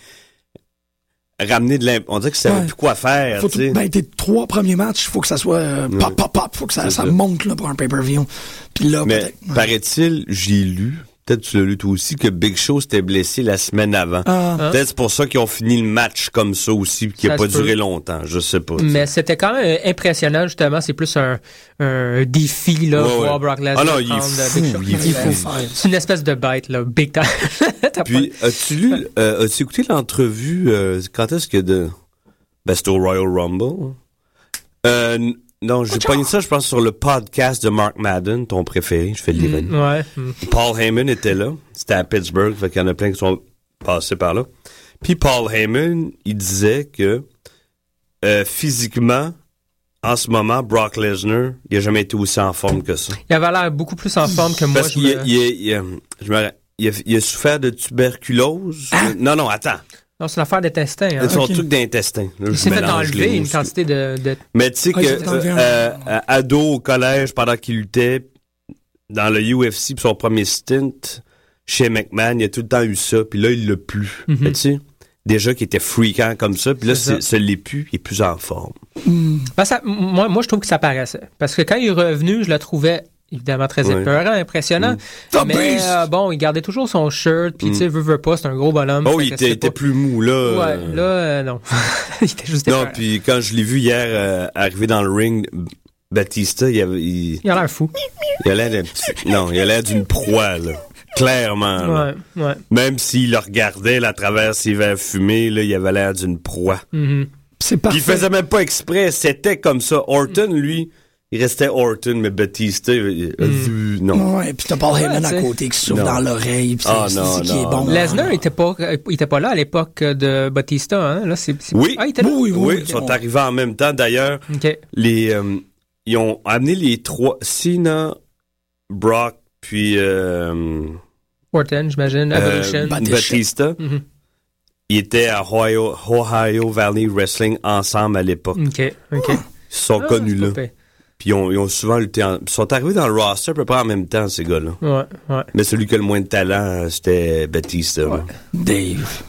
Speaker 6: ramener de l'imp... On dirait que ça savait
Speaker 5: Ouais.
Speaker 6: plus quoi faire,
Speaker 5: Faut
Speaker 6: tu sais.
Speaker 5: tout- ben, tes trois premiers matchs, faut que ça soit euh, pop, pop, pop, faut que ça,
Speaker 6: C'est
Speaker 5: ça
Speaker 6: ça.
Speaker 5: monte là, pour un pay-per-view. Puis là,
Speaker 6: mais
Speaker 5: peut-être. ouais.
Speaker 6: paraît-il, j'ai lu, peut-être tu l'as lu toi aussi, que Big Show s'était blessé la semaine avant.
Speaker 5: Ah.
Speaker 6: Peut-être c'est pour ça qu'ils ont fini le match comme ça aussi, puis qu'il n'a
Speaker 7: Ça
Speaker 6: pas
Speaker 7: se peut.
Speaker 6: duré longtemps. Je sais pas. tu sais.
Speaker 7: Mais c'était quand même euh, impressionnant, justement. C'est plus un, un défi, là,
Speaker 6: Ouais, ouais.
Speaker 7: voir Brock Lesnar
Speaker 6: Ah non, il est
Speaker 7: prendre
Speaker 6: fou,
Speaker 7: le Big Show.
Speaker 6: il est
Speaker 5: Il
Speaker 6: fou.
Speaker 5: faut faire.
Speaker 7: C'est une espèce de bête, là, big time. (laughs) T'as
Speaker 6: Puis, as-tu lu, euh, as-tu écouté l'entrevue, euh, quand est-ce que de. Ben, c'était au Royal Rumble. Euh, n- non, j'ai pogné ça, je pense, sur le podcast de Mark Madden, ton préféré. Je
Speaker 5: Hmm.
Speaker 6: fais le
Speaker 7: pas-
Speaker 6: livre.
Speaker 7: Ouais. mm.
Speaker 6: Paul Heyman était là. C'était à Pittsburgh, fait qu'il y en a plein qui sont passés par là. Puis, Paul Heyman, il disait que euh, physiquement, en ce moment, Brock Lesnar, il a jamais été aussi en forme que ça.
Speaker 7: Il avait l'air beaucoup plus en forme que moi.
Speaker 6: Parce
Speaker 7: je
Speaker 6: qu'il
Speaker 7: me-
Speaker 6: a- il a- il a- je me ra- il a- il a souffert de tuberculose. Ah, Non, non, attends.
Speaker 7: Non, c'est une affaire d'intestin. hein.
Speaker 6: C'est son
Speaker 5: Ok.
Speaker 6: truc d'intestin. Là,
Speaker 7: Il
Speaker 6: je
Speaker 7: s'est fait
Speaker 6: mélange
Speaker 7: enlever
Speaker 6: les
Speaker 7: une
Speaker 6: mots.
Speaker 7: quantité de. de-
Speaker 6: Mais tu sais
Speaker 5: Ah,
Speaker 6: que
Speaker 5: il s'est fait enlever
Speaker 6: euh,
Speaker 5: un-
Speaker 6: euh, euh, ado au collège pendant qu'il luttait dans le UFC pour son premier stint chez McMahon, il a tout le temps eu ça, puis là il l'a plus. Mais tu sais, déjà qu'il était fréquent comme ça, puis là
Speaker 7: Mhm. C'est ça.
Speaker 6: c'est- ça l'est plus, il est plus en forme.
Speaker 7: Ben, ça- moi, moi, je trouve que ça paraissait. Parce que quand il est revenu, je le trouvais évidemment très
Speaker 6: Ouais. Mm.
Speaker 7: épeurant, impressionnant.
Speaker 5: The
Speaker 7: Mais
Speaker 5: Beast!
Speaker 7: euh, bon, il gardait toujours son shirt, puis tu sais, veut, veut pas, c'est un gros bonhomme.
Speaker 6: Oh,
Speaker 7: Mhm. fait
Speaker 6: il
Speaker 7: que
Speaker 6: était,
Speaker 7: c'est
Speaker 6: était
Speaker 7: pas-
Speaker 6: plus mou là.
Speaker 7: Ouais,
Speaker 6: euh,
Speaker 7: là, euh, non. (laughs) il était juste
Speaker 6: non,
Speaker 7: épeurant.
Speaker 6: puis quand je l'ai vu hier euh, arriver dans le ring, Batista, il, avait, il,
Speaker 7: Il a l'air fou.
Speaker 6: il a l'air d'un petit- non, il a l'air d'une proie là, clairement. là.
Speaker 7: Ouais, ouais.
Speaker 6: Même s'il le regardait là, à travers ses verres fumés, là, il avait l'air d'une proie.
Speaker 5: C'est
Speaker 6: Puis
Speaker 5: parfait.
Speaker 6: il faisait même pas exprès, c'était comme ça. Orton, lui, il restait Orton, mais Batista, il- il a vu- non.
Speaker 5: Ouais, puis t'as Paul Heyman
Speaker 7: t'sais.
Speaker 5: à côté qui souffle
Speaker 6: Non.
Speaker 5: dans l'oreille, puis
Speaker 6: Ah,
Speaker 5: c'est
Speaker 6: non,
Speaker 5: c'est qui est
Speaker 6: non,
Speaker 5: bon.
Speaker 6: non.
Speaker 7: Lesnar était pas, il était pas là à l'époque de Batista, hein. Là, c'est, c'est-
Speaker 6: Oui.
Speaker 7: Ah, il était là.
Speaker 5: Oui, oui.
Speaker 6: Oui, ils sont arrivés en même temps. D'ailleurs,
Speaker 7: Ok.
Speaker 6: les, euh, ils ont amené les trois, Cena, Brock, puis euh,
Speaker 7: Orton, j'imagine.
Speaker 6: euh,
Speaker 7: Evolution.
Speaker 5: Bat-
Speaker 6: Batista.
Speaker 7: Mhm.
Speaker 6: Ils étaient à Ohio, Ohio Valley Wrestling ensemble à l'époque.
Speaker 7: ok, ok.
Speaker 6: Ils se sont
Speaker 7: Ah,
Speaker 6: connus
Speaker 7: c'est pas
Speaker 6: là.
Speaker 7: pire.
Speaker 6: Puis ils ont, ils ont souvent lutté. en- Ils sont arrivés dans le roster à peu près en même temps, ces gars-là.
Speaker 7: Ouais, ouais.
Speaker 6: Mais celui qui a le moins de talent, euh, c'était Batista. là.
Speaker 5: Dave.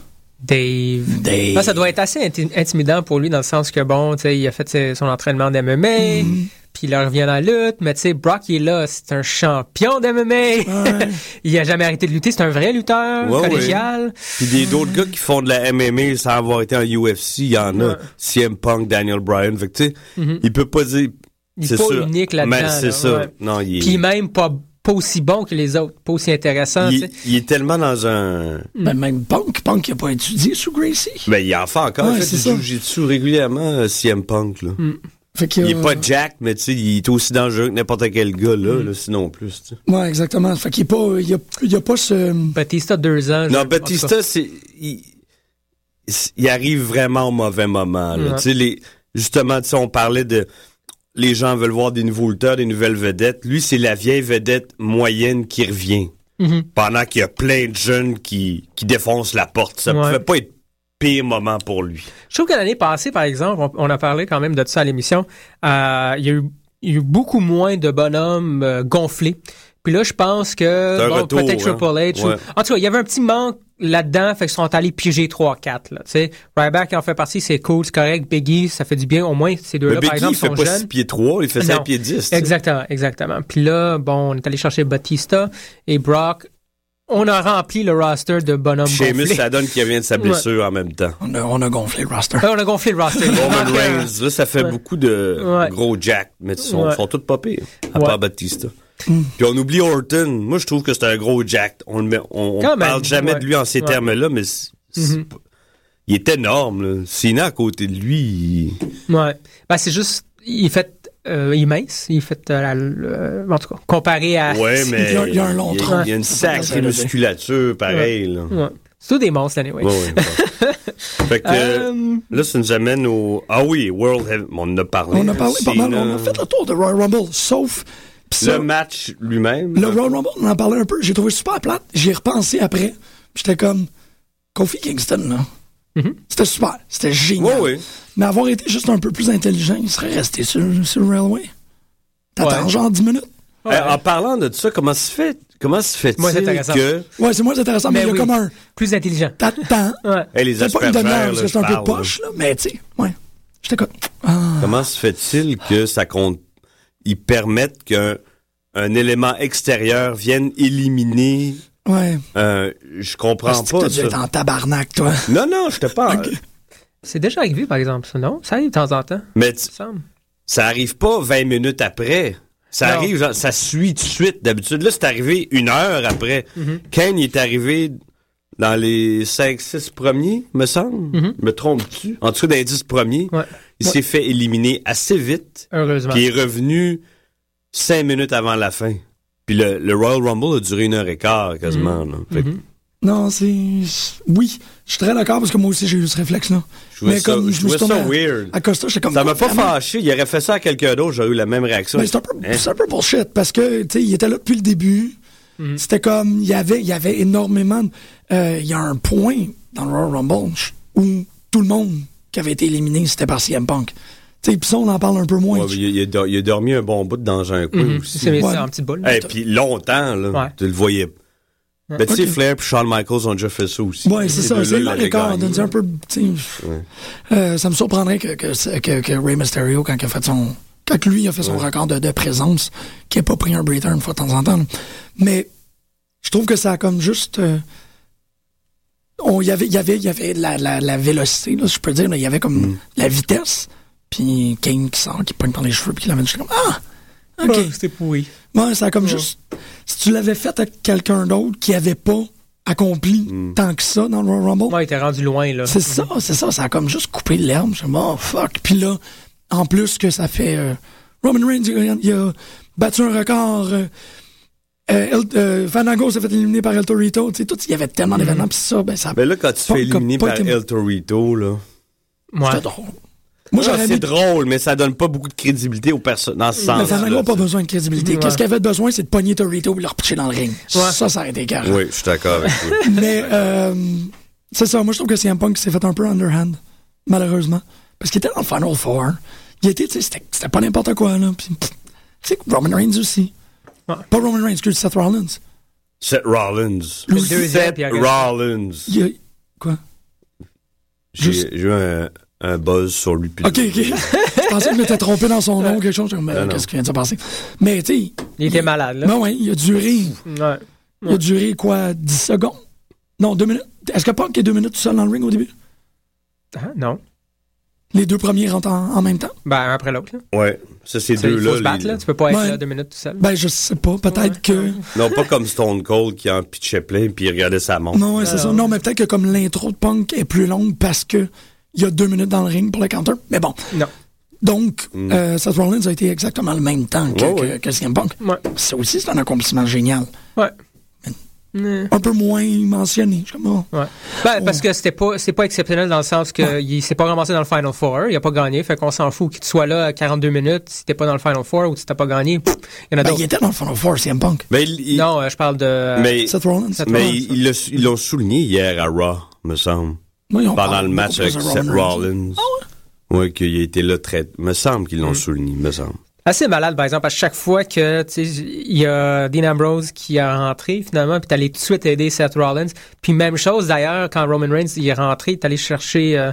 Speaker 5: Dave.
Speaker 7: Dave. Non, Ah, Ben, ça doit être assez inti- intimidant pour lui dans le sens que, bon, tu sais, il a fait ses- son entraînement d'MMA,
Speaker 6: Mm-hmm.
Speaker 7: puis il revient dans la lutte, mais tu sais, Brock, il est là, c'est un champion d'MMA. (laughs) il a jamais arrêté de lutter, c'est un vrai lutteur,
Speaker 6: Ouais,
Speaker 7: collégial.
Speaker 6: Puis des d'autres gars qui font de la MMA sans avoir été en UFC, il y en a. CM Punk, Daniel Bryan. Fait que tu sais, il peut pas dire.
Speaker 7: Mm-hmm. Il
Speaker 6: c'est
Speaker 7: est pas
Speaker 6: ça.
Speaker 7: unique là-dedans.
Speaker 6: Mais c'est
Speaker 7: là,
Speaker 6: ça.
Speaker 7: ouais.
Speaker 6: Non, il est,
Speaker 7: Puis même pas, pas aussi bon que les autres, pas aussi intéressant, tu
Speaker 6: il,
Speaker 7: sais.
Speaker 6: il est tellement dans un.
Speaker 5: Ben, même Punk, Punk, il n'a pas étudié sous Gracie.
Speaker 6: Ben, il en fait encore.
Speaker 5: Ouais,
Speaker 6: il fait
Speaker 5: c'est ça.
Speaker 6: du jujitsu régulièrement, euh, CM Punk. Là.
Speaker 7: Mm.
Speaker 5: Fait que,
Speaker 6: Il est
Speaker 5: euh,
Speaker 6: pas Jack, mais tu sais, il est aussi dangereux que n'importe quel gars, là,
Speaker 7: Mm.
Speaker 6: là, sinon plus. tu sais.
Speaker 5: euh, Ouais, exactement. Fait qu'il est pas, il a, il a pas ce.
Speaker 7: Batista, deux ans. je- en (laughs)
Speaker 6: Non,
Speaker 7: tout cas.
Speaker 6: Batista, c'est. Il, il arrive vraiment au mauvais moment. là.
Speaker 7: Ouais.
Speaker 6: Tu sais, les- justement, tu sais, on parlait de. Les gens veulent voir des nouveaux lutteurs, des nouvelles vedettes. Lui, c'est la vieille vedette moyenne qui revient.
Speaker 7: Mm-hmm.
Speaker 6: pendant qu'il y a plein de jeunes qui, qui défoncent la porte. Ça ne
Speaker 7: Ouais.
Speaker 6: pouvait pas être pire moment pour lui.
Speaker 7: Je trouve que l'année passée, par exemple, on, on a parlé quand même de ça à l'émission, euh, il y a eu il y a eu beaucoup moins de bonhommes euh, gonflés. Puis là, je pense
Speaker 6: C'est un
Speaker 7: que bon,
Speaker 6: retour,
Speaker 7: peut-être Triple
Speaker 6: hein.
Speaker 7: H. ou-
Speaker 6: Ouais.
Speaker 7: En tout cas, il y avait un petit manque là-dedans, fait qu'ils sont allés piger 3-4. Là, tu sais. Ryback en fait partie, c'est cool, c'est correct. Biggie, ça fait du bien. Au moins, ces
Speaker 6: Mais
Speaker 7: deux-là, par
Speaker 6: Becky,
Speaker 7: exemple,
Speaker 6: il fait
Speaker 7: sont
Speaker 6: pas
Speaker 7: jeunes.
Speaker 6: 6 pieds 3, il fait 5
Speaker 7: Non.
Speaker 6: pieds 10.
Speaker 7: Exactement, exactement. Puis là, bon, on est allé chercher Batista et Brock. On a rempli le roster de bonhommes
Speaker 6: Seamus,
Speaker 7: gonflés.
Speaker 6: ça donne qu'il revient de sa blessure en même temps.
Speaker 5: On a, on a gonflé le roster.
Speaker 7: Ah, (laughs) on a gonflé le roster. (laughs)
Speaker 6: Roman
Speaker 7: Donc, euh,
Speaker 6: Reigns, là, ça fait
Speaker 7: Ouais.
Speaker 6: beaucoup de
Speaker 7: Ouais.
Speaker 6: gros Jack, mais ils sont,
Speaker 7: Ouais.
Speaker 6: sont tous pas pires, à
Speaker 7: Ouais.
Speaker 6: part Batista. Puis on oublie Orton. Moi, je trouve que c'est un gros Jack. On ne
Speaker 7: Quand
Speaker 6: parle
Speaker 7: même,
Speaker 6: jamais
Speaker 7: ouais.
Speaker 6: de lui en ces
Speaker 7: Ouais. Mm-hmm.
Speaker 6: termes-là, mais c'est- c'est pas- il est énorme. là. Cena, à côté de lui, il-
Speaker 7: Ouais. Ben, c'est juste, il est fait, euh, il est mince, il est fait, euh, la- le- en tout cas, comparé à.
Speaker 6: ouais, mais
Speaker 5: Ah, Il y a- il y a un long
Speaker 6: il y
Speaker 5: tronc.
Speaker 6: Il y a une
Speaker 5: Ça, ça,
Speaker 6: sacrée musculature, pareil. là.
Speaker 7: Ouais. C'est tous des monstres, anyway.
Speaker 6: Ouais, ouais,
Speaker 7: (laughs)
Speaker 6: ouais. fait que
Speaker 7: Euh,
Speaker 6: là, ça nous amène au. Ah oui, World Heavy. On en a parlé.
Speaker 5: On a parlé pas mal, on a
Speaker 6: Cena.
Speaker 5: fait le tour de Royal Rumble, sauf... pis ça,
Speaker 6: Le match lui-même.
Speaker 5: Le Royal Rumble, on en parlait un peu. J'ai trouvé super plate. J'y ai repensé après. J'étais comme Kofi Kingston, là.
Speaker 7: Mhm.
Speaker 5: C'était super. C'était génial.
Speaker 6: Ouais, ouais.
Speaker 5: Mais avoir été juste un peu plus intelligent, il serait resté sur, sur le railway. T'attends
Speaker 7: Ouais.
Speaker 5: genre 10 minutes.
Speaker 6: Hey, Euh, en parlant de ça, comment se fait comment se fait-il
Speaker 7: Moi, c'est intéressant.
Speaker 6: que
Speaker 5: Ouais, c'est moins intéressant, mais, il y a
Speaker 7: oui,
Speaker 5: comme un
Speaker 7: Plus intelligent.
Speaker 5: t'attends.
Speaker 7: Ouais.
Speaker 6: Hey, (laughs) les
Speaker 5: C'est pas une
Speaker 6: aspergers,
Speaker 5: demi-heure, parce
Speaker 6: là,
Speaker 5: que c'est un
Speaker 6: je
Speaker 5: peu
Speaker 6: parle,
Speaker 5: poche, là, mais tu sais, ouais. J'étais comme.
Speaker 6: là. Comment se fait-il que ça compte ils permettent qu'un un élément extérieur vienne éliminer
Speaker 5: Ouais.
Speaker 6: euh, je comprends
Speaker 5: Parce que
Speaker 6: pas
Speaker 5: t'as dû être
Speaker 6: ça.
Speaker 5: en tabarnak, toi. (laughs)
Speaker 6: Non non, je te parle.
Speaker 7: C'est déjà arrivé, par exemple, ça, non? Ça arrive de temps en temps,
Speaker 6: Mais tu-
Speaker 7: il me semble.
Speaker 6: ça arrive pas 20 minutes après. Ça
Speaker 7: Non.
Speaker 6: arrive, genre, ça suit tout de suite. D'habitude, là, c'est arrivé une heure après.
Speaker 5: Mm-hmm.
Speaker 6: Kane il est arrivé dans les 5-6 premiers, me semble.
Speaker 5: Mm-hmm.
Speaker 6: Me trompe-tu? En dessous des 10 premiers.
Speaker 7: Ouais.
Speaker 6: Il s'est fait éliminer assez vite.
Speaker 7: Heureusement.
Speaker 6: Puis il est revenu 5 minutes avant la fin. Puis le, le Royal Rumble a duré une heure et quart,
Speaker 5: Mm.
Speaker 6: quasiment. là. Fait que
Speaker 5: Mm-hmm. Non, c'est. Oui, je suis très d'accord parce que moi aussi j'ai eu ce réflexe-là.
Speaker 6: Je trouvais
Speaker 5: Mais
Speaker 6: ça-
Speaker 5: comme
Speaker 6: je
Speaker 5: me
Speaker 6: trouvais
Speaker 5: suis
Speaker 6: ça
Speaker 5: tourné à-
Speaker 6: weird.
Speaker 5: À Costa, j'étais comme.
Speaker 6: Ça m'a pas
Speaker 5: Vraiment?
Speaker 6: fâché. Il aurait fait ça à quelqu'un d'autre, j'aurais eu la même réaction.
Speaker 5: Mais c'est un, peu-
Speaker 6: Hein?
Speaker 5: c'est un peu bullshit parce que, tu sais, il était là depuis le début. C'était comme, il y avait, il y avait énormément. de- euh, Il y a un point dans le Royal Rumble où tout le monde qui avait été éliminé, c'était par CM Punk. Tu sais, puis ça, on en parle un peu moins.
Speaker 6: Ouais, il, il a, do- il a dormi un bon bout dans un coin
Speaker 5: Mm-hmm.
Speaker 6: aussi.
Speaker 7: C'est
Speaker 5: Ouais.
Speaker 7: c'est en petite boule.
Speaker 6: Et puis longtemps, là,
Speaker 7: Ouais.
Speaker 6: tu le voyais. Mais tu sais,
Speaker 5: Ok.
Speaker 6: Flair et Shawn Michaels ont déjà fait ça aussi.
Speaker 5: Ouais, c'est
Speaker 6: Ces
Speaker 5: ça.
Speaker 6: deux-là,
Speaker 5: C'est
Speaker 6: ils
Speaker 5: le
Speaker 6: l'avaient
Speaker 5: record.
Speaker 6: gagné.
Speaker 5: On dit un peu. tu sais, euh, ça me surprendrait que, que, que, que Ray Mysterio, quand, il a fait son, quand lui a fait son record de, de présence, qu'il n'ait pas pris un breather une fois de temps en temps. là. Mais je trouve que ça a comme juste. euh, on y avait, y avait, y avait de la, la, la vélocité, là, si je peux dire. là. Il y avait comme
Speaker 6: Mm.
Speaker 5: la vitesse. Puis Kane qui sort, qui pogne dans les cheveux, puis qui l'amène. Je suis comme Ah! OK.
Speaker 7: Ah, C'était pourri.
Speaker 5: Ouais, ça a comme juste. Si tu l'avais fait à quelqu'un d'autre qui n'avait pas accompli
Speaker 6: Mm.
Speaker 5: tant que ça dans le Royal Rumble,
Speaker 7: Moi, il était rendu loin, là.
Speaker 5: c'est ça, c'est ça. Ça a comme juste coupé l'herbe. Je me suis dit, oh fuck. Puis là, en plus que ça fait. euh, Roman Reigns, il a- il a battu un record. euh, euh, El- euh, Fandango s'est fait éliminer par El Torito. Tu sais, tout, il y avait tellement d'événements. Puis ça, ben, ça.
Speaker 6: Mais là, quand tu te
Speaker 5: Pas-
Speaker 6: fais éliminer
Speaker 5: pas
Speaker 6: par
Speaker 5: été-
Speaker 6: El Torito, là.
Speaker 7: Ouais.
Speaker 5: C'était drôle. Moi,
Speaker 6: Ah,
Speaker 5: j'aurais
Speaker 6: c'est
Speaker 5: mis.
Speaker 6: drôle, mais ça donne pas beaucoup de crédibilité aux personnes dans ce
Speaker 5: Mais
Speaker 6: sens.
Speaker 5: Fandango n'a pas besoin de crédibilité. Qu'est-ce qu'il avait besoin, c'est de pogner Torito et le repitcher dans le ring. Ça, ça aurait été carré.
Speaker 6: Oui, je suis d'accord avec toi.
Speaker 7: (laughs)
Speaker 5: Mais euh, c'est ça, moi je trouve que CM Punk s'est fait un peu underhand, malheureusement. Parce qu'il était dans le Final Four. Il était, tu sais, c'était c'était pas n'importe quoi, là. Puis, pff, tu sais, Roman Reigns aussi.
Speaker 7: Ouais.
Speaker 5: Pas Roman Reigns, excuse, Seth Rollins.
Speaker 6: Seth Rollins.
Speaker 5: Le
Speaker 7: deuxième,
Speaker 6: Seth
Speaker 7: puis il a gagné.
Speaker 6: Rollins.
Speaker 5: Il a- Quoi?
Speaker 6: J'ai
Speaker 5: Juste-
Speaker 6: j'ai eu un, un buzz sur lui. puis
Speaker 5: Ok, ok. je pensais que je m'étais trompé dans son nom ou quelque chose. Je me
Speaker 6: Non, non.
Speaker 5: qu'est-ce qui vient de se passer? Mais, tu sais,
Speaker 7: Il était malade, là.
Speaker 5: ben ouais, il a duré,
Speaker 7: Ouais.
Speaker 5: il a duré quoi, 10 secondes? Non, 2 minutes. Est-ce que Punk est 2 minutes tout seul dans le ring au début?
Speaker 7: Ah, non.
Speaker 5: Les deux premiers rentrent en, en même temps?
Speaker 7: Ben, un après l'autre, là.
Speaker 6: (laughs) Ouais, ça, ces
Speaker 7: Tu sais, Il faut
Speaker 6: deux-là.
Speaker 7: se battre,
Speaker 6: les-
Speaker 7: là. Tu peux pas être
Speaker 5: Ouais.
Speaker 7: là deux minutes tout seul.
Speaker 5: Ben, je sais pas. Peut-être que.
Speaker 6: Non, pas comme Stone Cold qui en pitchait plein puis il regardait sa montre.
Speaker 5: Non, ouais, c'est ça. Non, mais peut-être que comme l'intro de Punk est plus longue parce que il y a deux minutes dans le ring pour le counter. Mais bon.
Speaker 7: Non.
Speaker 5: Donc, euh, Seth Rollins a été exactement le même temps que,
Speaker 6: Mm. Ouais, ouais.
Speaker 5: que- que CM Punk.
Speaker 7: Ouais.
Speaker 5: Ça aussi, c'est un accomplissement génial.
Speaker 7: Ouais. Mm.
Speaker 5: un peu moins mentionné. Je oh. comprends.
Speaker 7: Ouais. Ben, parce que c'était pas, c'est pas exceptionnel dans le sens que il s'est pas ramassé dans le Final Four, il a pas gagné, fait qu'on s'en fout qu'il soit là à 42 minutes, si t'es pas dans le Final Four ou si t'as pas gagné, pff, il y en a
Speaker 5: Ben, il
Speaker 7: d'autres.
Speaker 5: était dans le Final Four, CM Punk.
Speaker 6: Mais, il- il-
Speaker 7: Non, euh, je parle de... euh,
Speaker 6: mais,
Speaker 5: Seth Rollins.
Speaker 7: Seth
Speaker 6: mais
Speaker 7: Rollins,
Speaker 6: ils ils le- ils l'ont souligné hier à Raw, me semble.
Speaker 5: Moi,
Speaker 7: Oh,
Speaker 5: ils ont
Speaker 6: Pendant
Speaker 5: parlé
Speaker 6: le match avec
Speaker 5: beaucoup plus de
Speaker 6: Seth Rollins.
Speaker 7: Ah
Speaker 6: ouais? qu'il était là très. Me semble qu'ils l'ont
Speaker 7: Hmm.
Speaker 6: souligné, me semble.
Speaker 7: Assez malade, par exemple, à chaque fois que tu sais, il y a Dean Ambrose qui est rentré finalement, puis t'allais tout de suite aider Seth Rollins. Puis même chose d'ailleurs quand Roman Reigns il est rentré, t'allais chercher euh,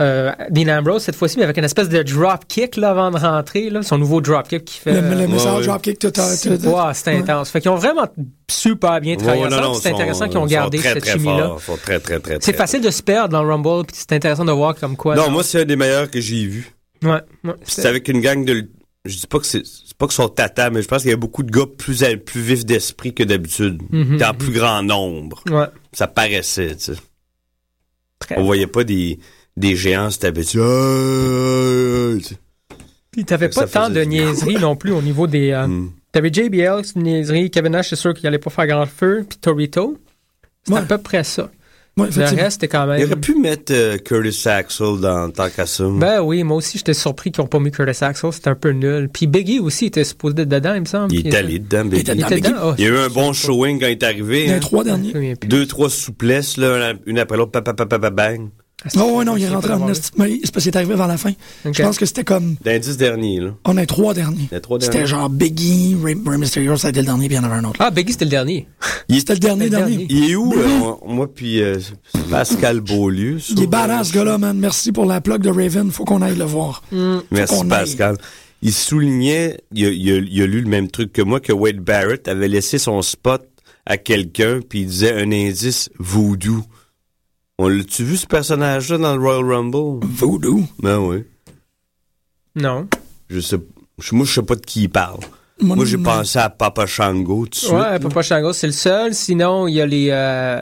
Speaker 7: euh, Dean Ambrose cette fois-ci, mais avec une espèce de drop kick là avant de rentrer, là, son nouveau drop kick qui fait. euh,
Speaker 5: Le, le message
Speaker 6: ouais.
Speaker 5: dropkick, Ah, tout à
Speaker 7: C'est wow, c'est intense. Fait qu'ils ont vraiment super bien travaillé
Speaker 6: Ouais, non,
Speaker 7: ensemble,
Speaker 6: non,
Speaker 7: puis C'est
Speaker 6: ils sont-
Speaker 7: intéressant qu'ils ont
Speaker 6: ils
Speaker 7: gardé
Speaker 6: sont très,
Speaker 7: cette
Speaker 6: très
Speaker 7: chimie-là.
Speaker 6: forts, ils sont très, très, très, très-
Speaker 7: C'est facile de se perdre dans le Rumble, puis c'est intéressant de voir comme quoi.
Speaker 6: Non, moi, c'est un des meilleurs que j'ai vu.
Speaker 7: Ouais, ouais,
Speaker 6: Puis
Speaker 7: c'est-
Speaker 6: c'est avec une gang de. Je dis pas que c'est c'est pas que sont tata, mais je pense qu'il y a beaucoup de gars plus à- plus vifs d'esprit que d'habitude, dans plus grand nombre.
Speaker 7: ouais.
Speaker 6: Ça paraissait, tu sais.
Speaker 7: Très
Speaker 6: On voyait pas des des géants se taper dessus. Ah, ah, ah, tu sais.
Speaker 7: Puis t'avais
Speaker 6: Ça Hmm.
Speaker 7: pas tant de
Speaker 6: faisait du bien.
Speaker 7: niaiseries non plus au niveau des. euh, T'avais JBL, c'est une niaiserie. Kevin Nash, c'est sûr qu'il allait pas faire grand feu. Puis Torito, c'était à
Speaker 5: Ouais.
Speaker 7: peu près ça.
Speaker 5: Ouais,
Speaker 7: Le
Speaker 5: effectivement.
Speaker 7: reste, c'était quand
Speaker 6: Il
Speaker 7: même.
Speaker 6: aurait pu mettre euh, Curtis Axel dans tant qu'à ça.
Speaker 7: Ben oui, moi aussi, j'étais surpris qu'ils ont pas mis Curtis Axel. C'était un peu nul. Puis Biggie aussi était supposé être dedans, il me semble.
Speaker 6: il est
Speaker 7: Puis-
Speaker 6: allé dedans,
Speaker 5: Il
Speaker 6: Biggie.
Speaker 5: était
Speaker 7: Il
Speaker 5: dans
Speaker 7: était
Speaker 5: l'équipe.
Speaker 7: dedans. Ah,
Speaker 6: Il y a eu un bon showing quand il est arrivé.
Speaker 5: Dans les
Speaker 6: hein.
Speaker 5: trois
Speaker 7: je me
Speaker 5: derniers.
Speaker 7: souviens plus.
Speaker 6: Deux, trois souplesses, là, une après l'autre, pa, pa, pa, pa, pa, bang.
Speaker 5: Non, Oh, ouais, non, il est
Speaker 7: Je sais
Speaker 5: rentré
Speaker 7: pas
Speaker 5: en
Speaker 7: d'avoir
Speaker 5: esti- mais C'est parce qu'il est arrivé vers la fin.
Speaker 7: Ok.
Speaker 5: Je pense que c'était comme.
Speaker 6: Dans les dix derniers, là.
Speaker 5: On a trois derniers.
Speaker 6: Les trois
Speaker 5: C'était
Speaker 6: derniers.
Speaker 5: genre Biggie, Ray, Ray Mysterio, ça a été le dernier, puis il y en avait un autre.
Speaker 7: Ah, Biggie, c'était le dernier.
Speaker 6: Il
Speaker 5: C'était le dernier,
Speaker 7: C'était le
Speaker 5: dernier.
Speaker 7: dernier.
Speaker 6: Il est où, euh, moi, puis euh, Pascal Beaulieu? sur-
Speaker 5: Ben Il est badass, ce gars-là, man. Merci pour la plug de Raven. Faut qu'on aille le voir.
Speaker 6: Mm. Merci,
Speaker 5: qu'on
Speaker 6: Pascal. Il soulignait, il a, il a- il a lu le même truc que moi, que Wade Barrett avait laissé son spot à quelqu'un, puis il disait un indice voodoo. On l'a-tu vu, ce personnage-là, dans le Royal Rumble?
Speaker 5: Voodoo.
Speaker 6: Ben oui.
Speaker 7: Non.
Speaker 6: Je sais, je- moi, je sais pas de qui il parle.
Speaker 5: Moi,
Speaker 6: Moi, j'ai
Speaker 5: non.
Speaker 6: pensé à Papa Shango, tout de suite.
Speaker 7: Ouais, Papa Shango, c'est le seul. Sinon, il y a les. euh,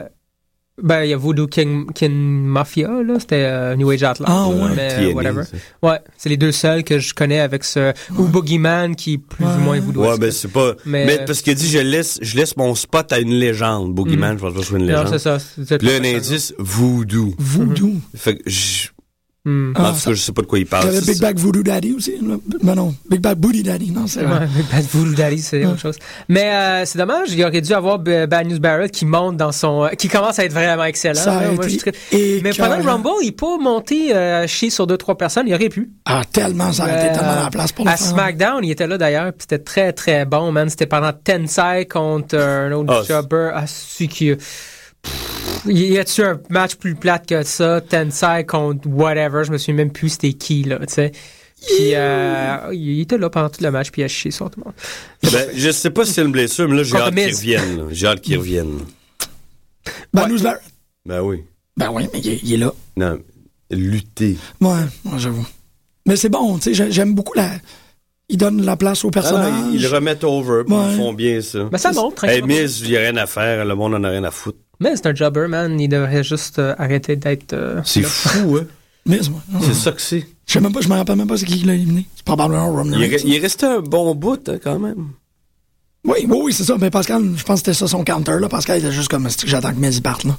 Speaker 7: Ben, il y a Voodoo King, King Mafia, là. C'était euh, New Age Outlaw.
Speaker 5: Ah, ouais.
Speaker 7: Mais,
Speaker 6: TNA,
Speaker 7: whatever.
Speaker 6: E, ça.
Speaker 7: Ouais, c'est les deux seuls que je connais avec ce. Ou Boogeyman qui est plus ou moins Voodoo.
Speaker 6: Ouais, ben c'est pas.
Speaker 7: Mais-
Speaker 6: Mais, parce qu'il dit je laisse, je laisse mon spot à une légende. Boogeyman, je pense pas que ce soit une
Speaker 7: Non,
Speaker 6: légende.
Speaker 7: c'est ça. c'est
Speaker 6: Puis là, un
Speaker 7: Papa Shango.
Speaker 6: indice voodoo.
Speaker 5: Voodoo.
Speaker 6: Fait que je-
Speaker 7: Hmm.
Speaker 5: Ah,
Speaker 6: en tout
Speaker 5: ça-
Speaker 6: cas, je sais pas de quoi il
Speaker 5: Il y
Speaker 6: parle.
Speaker 5: avait
Speaker 6: Ah, c'est
Speaker 5: Big
Speaker 6: ça.
Speaker 5: Bag Voodoo Daddy aussi. là. Ben non, Big Bag Booty Daddy. Non, c'est vrai.
Speaker 7: Ouais, mais Bad Voodoo Daddy, c'est autre chose. Mais euh, c'est dommage, il aurait dû avoir B- Bad News Barrett qui monte dans son. euh, qui commence à être vraiment excellent.
Speaker 5: Ça a
Speaker 7: là. Moi,
Speaker 5: été
Speaker 7: je suis très- Mais pendant le
Speaker 5: écœurant.
Speaker 7: Rumble, il n'est pas monté euh, chier sur deux, trois personnes, il aurait pu.
Speaker 5: Ah, tellement, ça aurait été tellement à la place pour le
Speaker 7: À
Speaker 5: faire.
Speaker 7: SmackDown, il était là d'ailleurs, puis c'était très très bon, man. C'était pendant Tensai contre euh, un autre
Speaker 6: Ah, c'est-
Speaker 7: jobber. Ah, c'est qui. Pff, Y a-tu un match plus plate que ça? Tensai contre whatever, je me souviens même plus c'était qui, là, tu sais. Puis euh, il était là pendant tout le match, puis il a chié sur tout le monde.
Speaker 6: Ben, je sais pas si c'est une blessure, mais là, j'ai
Speaker 7: Contre
Speaker 6: hâte qu'il
Speaker 7: Miz.
Speaker 6: revienne. là. J'ai hâte qu'il revienne.
Speaker 5: Ben, nous, Barrett.
Speaker 6: Ben oui.
Speaker 5: Ben oui, mais il est- il est là.
Speaker 6: Non, lutter.
Speaker 5: Ouais, moi j'avoue. Mais c'est bon, tu sais, j'ai- j'aime beaucoup la. Il donne la place au
Speaker 6: Ah,
Speaker 5: personnage.
Speaker 6: non, ils, ils le remettent over, puis
Speaker 5: Ouais. Ben,
Speaker 6: ils font bien ça.
Speaker 7: Mais ça monte,
Speaker 6: Eh,
Speaker 7: tranquillement.
Speaker 6: Miz, il y a rien à faire, le monde en a rien à foutre.
Speaker 7: Mais c'est un jobber, man. Il devrait juste euh, arrêter d'être. euh,
Speaker 6: C'est fou, hein?
Speaker 5: Mais moi,
Speaker 6: C'est ça que c'est.
Speaker 5: je sais même pas, je me rappelle même pas c'est qui l'a éliminé. C'est probablement Roman
Speaker 6: Il,
Speaker 5: Reigns.
Speaker 6: est- il est resté un bon bout, hein, quand même.
Speaker 5: Oui, oui, oui, c'est ça. Mais Pascal, je pense que c'était ça son counter, là. Pascal était juste comme, C'est que j'attends que Miz y parte, là.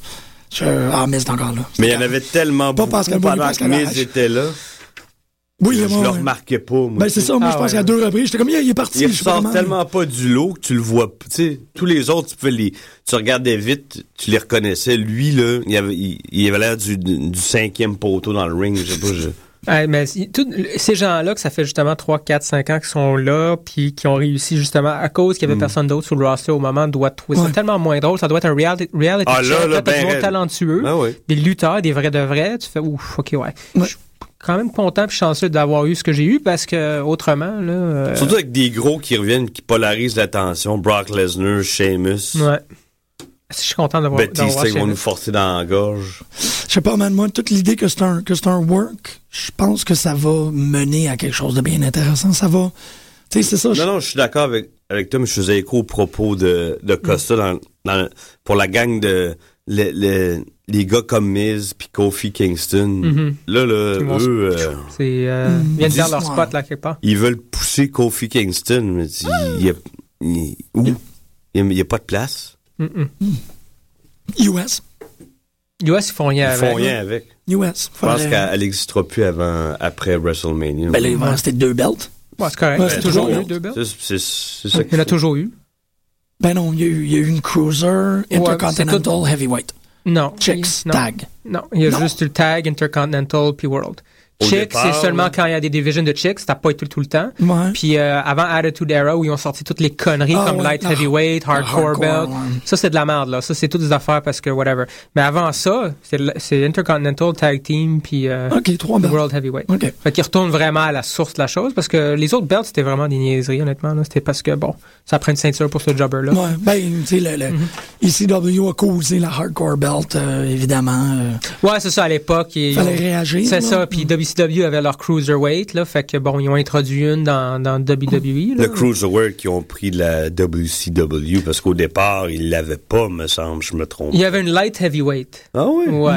Speaker 5: Je- Ah, Miz est encore là.
Speaker 6: Mais il y en avait tellement
Speaker 5: Pas
Speaker 6: beaucoup
Speaker 5: Pascal Bourg,
Speaker 6: pendant que
Speaker 5: Pascal H.
Speaker 6: Miz était là.
Speaker 5: Oui,
Speaker 6: je
Speaker 5: moi,
Speaker 6: le
Speaker 5: ouais.
Speaker 6: remarquais pas, moi.
Speaker 5: Ben, c'est ça, moi,
Speaker 7: Ah,
Speaker 5: je pense
Speaker 7: ouais.
Speaker 5: qu'à deux reprises, j'étais comme, il il est parti.
Speaker 6: Il
Speaker 5: je sais pas
Speaker 6: ressort
Speaker 5: comment, là.
Speaker 6: tellement pas du lot que tu le vois. p- Tu sais, tous les autres, tu pouvais les, tu regardais vite, tu les reconnaissais. Lui, là, il avait, il, il avait l'air du, du cinquième poteau dans le ring. Je sais pas.
Speaker 7: (laughs)
Speaker 6: je-
Speaker 7: Ouais, mais si- tous ces gens-là, que ça fait justement 3, 4, 5 ans qu'ils sont là, puis qui ont réussi justement à cause
Speaker 6: Hmm.
Speaker 7: qu'il y avait personne d'autre sur le roster au moment, doit trouver
Speaker 5: Ouais.
Speaker 7: ça tellement moins drôle. Ça doit être un reality, reality
Speaker 6: Ah, là,
Speaker 7: check,
Speaker 6: là,
Speaker 7: peut-être
Speaker 6: ben,
Speaker 7: des gens
Speaker 6: raide.
Speaker 7: talentueux,
Speaker 6: Ah ouais.
Speaker 7: des lutteurs, des vrais de vrais. Tu fais, ouf, ok, ouais. Je suis quand même content puis chanceux d'avoir eu ce que j'ai eu parce que autrement, là. euh,
Speaker 6: Surtout avec des gros qui reviennent, qui polarisent l'attention. Brock Lesnar, Sheamus.
Speaker 7: ouais. Je suis content d'avoir
Speaker 6: Batista,
Speaker 7: d'avoir
Speaker 6: ils vont
Speaker 7: Sheamus.
Speaker 6: nous forcer dans la gorge.
Speaker 5: Je sais pas, man, moi, toute l'idée que c'est un, que c'est un work, je pense que ça va mener à quelque chose de bien intéressant. Ça va. Tu sais, c'est ça. je-
Speaker 6: Non, non, je suis d'accord avec, avec toi, mais je faisais écho aux propos de,
Speaker 7: Mm.
Speaker 6: de Costa dans, dans- pour la gang de le- le- les gars comme Miz puis Kofi Kingston. Là, là,
Speaker 7: Mm-hmm. Ils vont se-
Speaker 6: eux, euh,
Speaker 7: C'est, euh, ils viennent faire leur
Speaker 5: Dis-moi.
Speaker 7: spot là quelque part.
Speaker 6: ils veulent pousser Kofi Kingston, mais il n'y a, il- où? Il y a- il y a pas de place.
Speaker 5: US.
Speaker 7: US, ils font rien
Speaker 6: Ils
Speaker 7: avec.
Speaker 6: font rien avec.
Speaker 5: US.
Speaker 6: Je pense
Speaker 5: Faudrait-
Speaker 6: qu'elle n'existera plus avant, après WrestleMania.
Speaker 5: Ben là, ils vont rester deux belts.
Speaker 7: Ouais, c'est correct.
Speaker 5: Ouais,
Speaker 7: c'est
Speaker 5: c'est
Speaker 7: toujours
Speaker 5: toujours
Speaker 7: eu, deux belts.
Speaker 6: C'est- C'est c'est ça.
Speaker 7: Il y en a toujours eu.
Speaker 5: Ben non, il y, a eu- il y a eu une Cruiser,
Speaker 7: c'est
Speaker 5: Intercontinental,
Speaker 7: tout-
Speaker 5: Heavyweight,
Speaker 7: Non.
Speaker 5: Chicks,
Speaker 7: non.
Speaker 5: Tag.
Speaker 7: Non, il y a
Speaker 5: Non.
Speaker 7: juste eu le tag Intercontinental puis World.
Speaker 6: Au
Speaker 7: Chicks, c'est
Speaker 6: départ,
Speaker 7: seulement
Speaker 6: ouais.
Speaker 7: quand il y a des divisions de Chicks, ça n'a pas été tout le temps.
Speaker 5: Ouais.
Speaker 7: Puis euh, avant Attitude Era, où ils ont sorti toutes les conneries
Speaker 5: Ah,
Speaker 7: comme
Speaker 5: ouais,
Speaker 7: Light
Speaker 5: ah,
Speaker 7: Heavyweight, Hardcore,
Speaker 5: hardcore,
Speaker 7: Belt.
Speaker 5: ouais.
Speaker 7: Ça, c'est de la merde, là. Ça, c'est toutes des affaires parce que whatever. Mais avant ça, c'est le- c'est Intercontinental, Tag Team, puis euh,
Speaker 5: OK, trois belts.
Speaker 7: World Heavyweight.
Speaker 5: OK.
Speaker 7: Fait qu'ils retournent vraiment à la source de la chose parce que les autres belts, c'était vraiment des niaiseries, honnêtement. là. C'était parce que, bon, ça prend une ceinture pour ce jobber-là.
Speaker 5: Ouais, ben, tu sais, le, le
Speaker 7: Mm-hmm.
Speaker 5: ECW a causé la Hardcore Belt, euh, évidemment. euh,
Speaker 7: Ouais, c'est ça, à l'époque. ils-
Speaker 5: fallait
Speaker 7: ils ont-
Speaker 5: réagir. là.
Speaker 7: C'est ça, puis WCW avait leur cruiserweight, là, fait que bon, ils ont introduit une dans, dans WWE. Là.
Speaker 6: Le Cruiserweight qui ont pris de la WCW parce qu'au départ, ils l'avaient pas, me semble, je me trompe.
Speaker 7: Il y avait une light heavyweight.
Speaker 6: Ah oui?
Speaker 7: Ouais, ouais.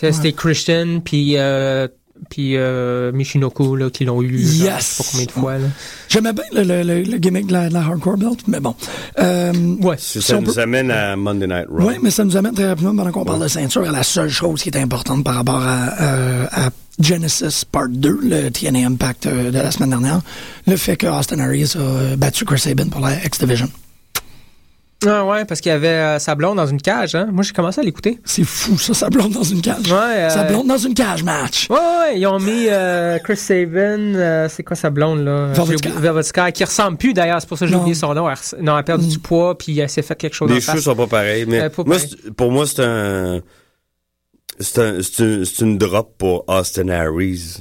Speaker 7: que
Speaker 5: ouais.
Speaker 7: C'était Christian, puis euh, puis euh, Michinoku, là, qui l'ont eu. genre,
Speaker 5: Yes.
Speaker 7: je sais pas combien de fois, là.
Speaker 5: J'aimais bien le, le- le- le gimmick de la, de la Hardcore Belt, mais bon. Euh,
Speaker 7: Ouais.
Speaker 6: Ça,
Speaker 5: Si on
Speaker 6: nous
Speaker 5: peut-
Speaker 6: amène à Monday Night Raw.
Speaker 5: Oui, mais ça nous amène très rapidement, pendant qu'on parle de ceinture, à la seule chose qui est importante par rapport à, euh, à Genesis Part 2, le TNA Impact euh, de la semaine dernière, le fait que Austin Aries a euh, battu Chris Sabin pour la X-Division.
Speaker 7: Ah ouais, parce qu'il y avait euh, sa blonde dans une cage, hein. Moi, j'ai commencé à l'écouter.
Speaker 5: C'est fou, ça, ça blonde dans une cage.
Speaker 7: Ouais, euh,
Speaker 5: Ça blonde dans une cage match.
Speaker 7: Ouais, ouais, ils ont mis euh, Chris Sabin, euh, c'est quoi sa blonde là
Speaker 5: Velvet
Speaker 7: J'ai oublié-
Speaker 5: Sky.
Speaker 7: Velvet Sky, qui ressemble plus d'ailleurs, c'est pour ça que j'ai
Speaker 5: Non. Mm.
Speaker 7: oublié son nom. Elle, res- non, elle a perdu du poids, puis elle s'est fait quelque chose en
Speaker 6: Les
Speaker 7: face.
Speaker 6: cheveux sont pas pareils, mais
Speaker 7: Euh, pas
Speaker 6: moi,
Speaker 7: pareil.
Speaker 6: c'est- pour moi, c'est un. C'est un- c'est une, c'est une drop pour Austin Harris.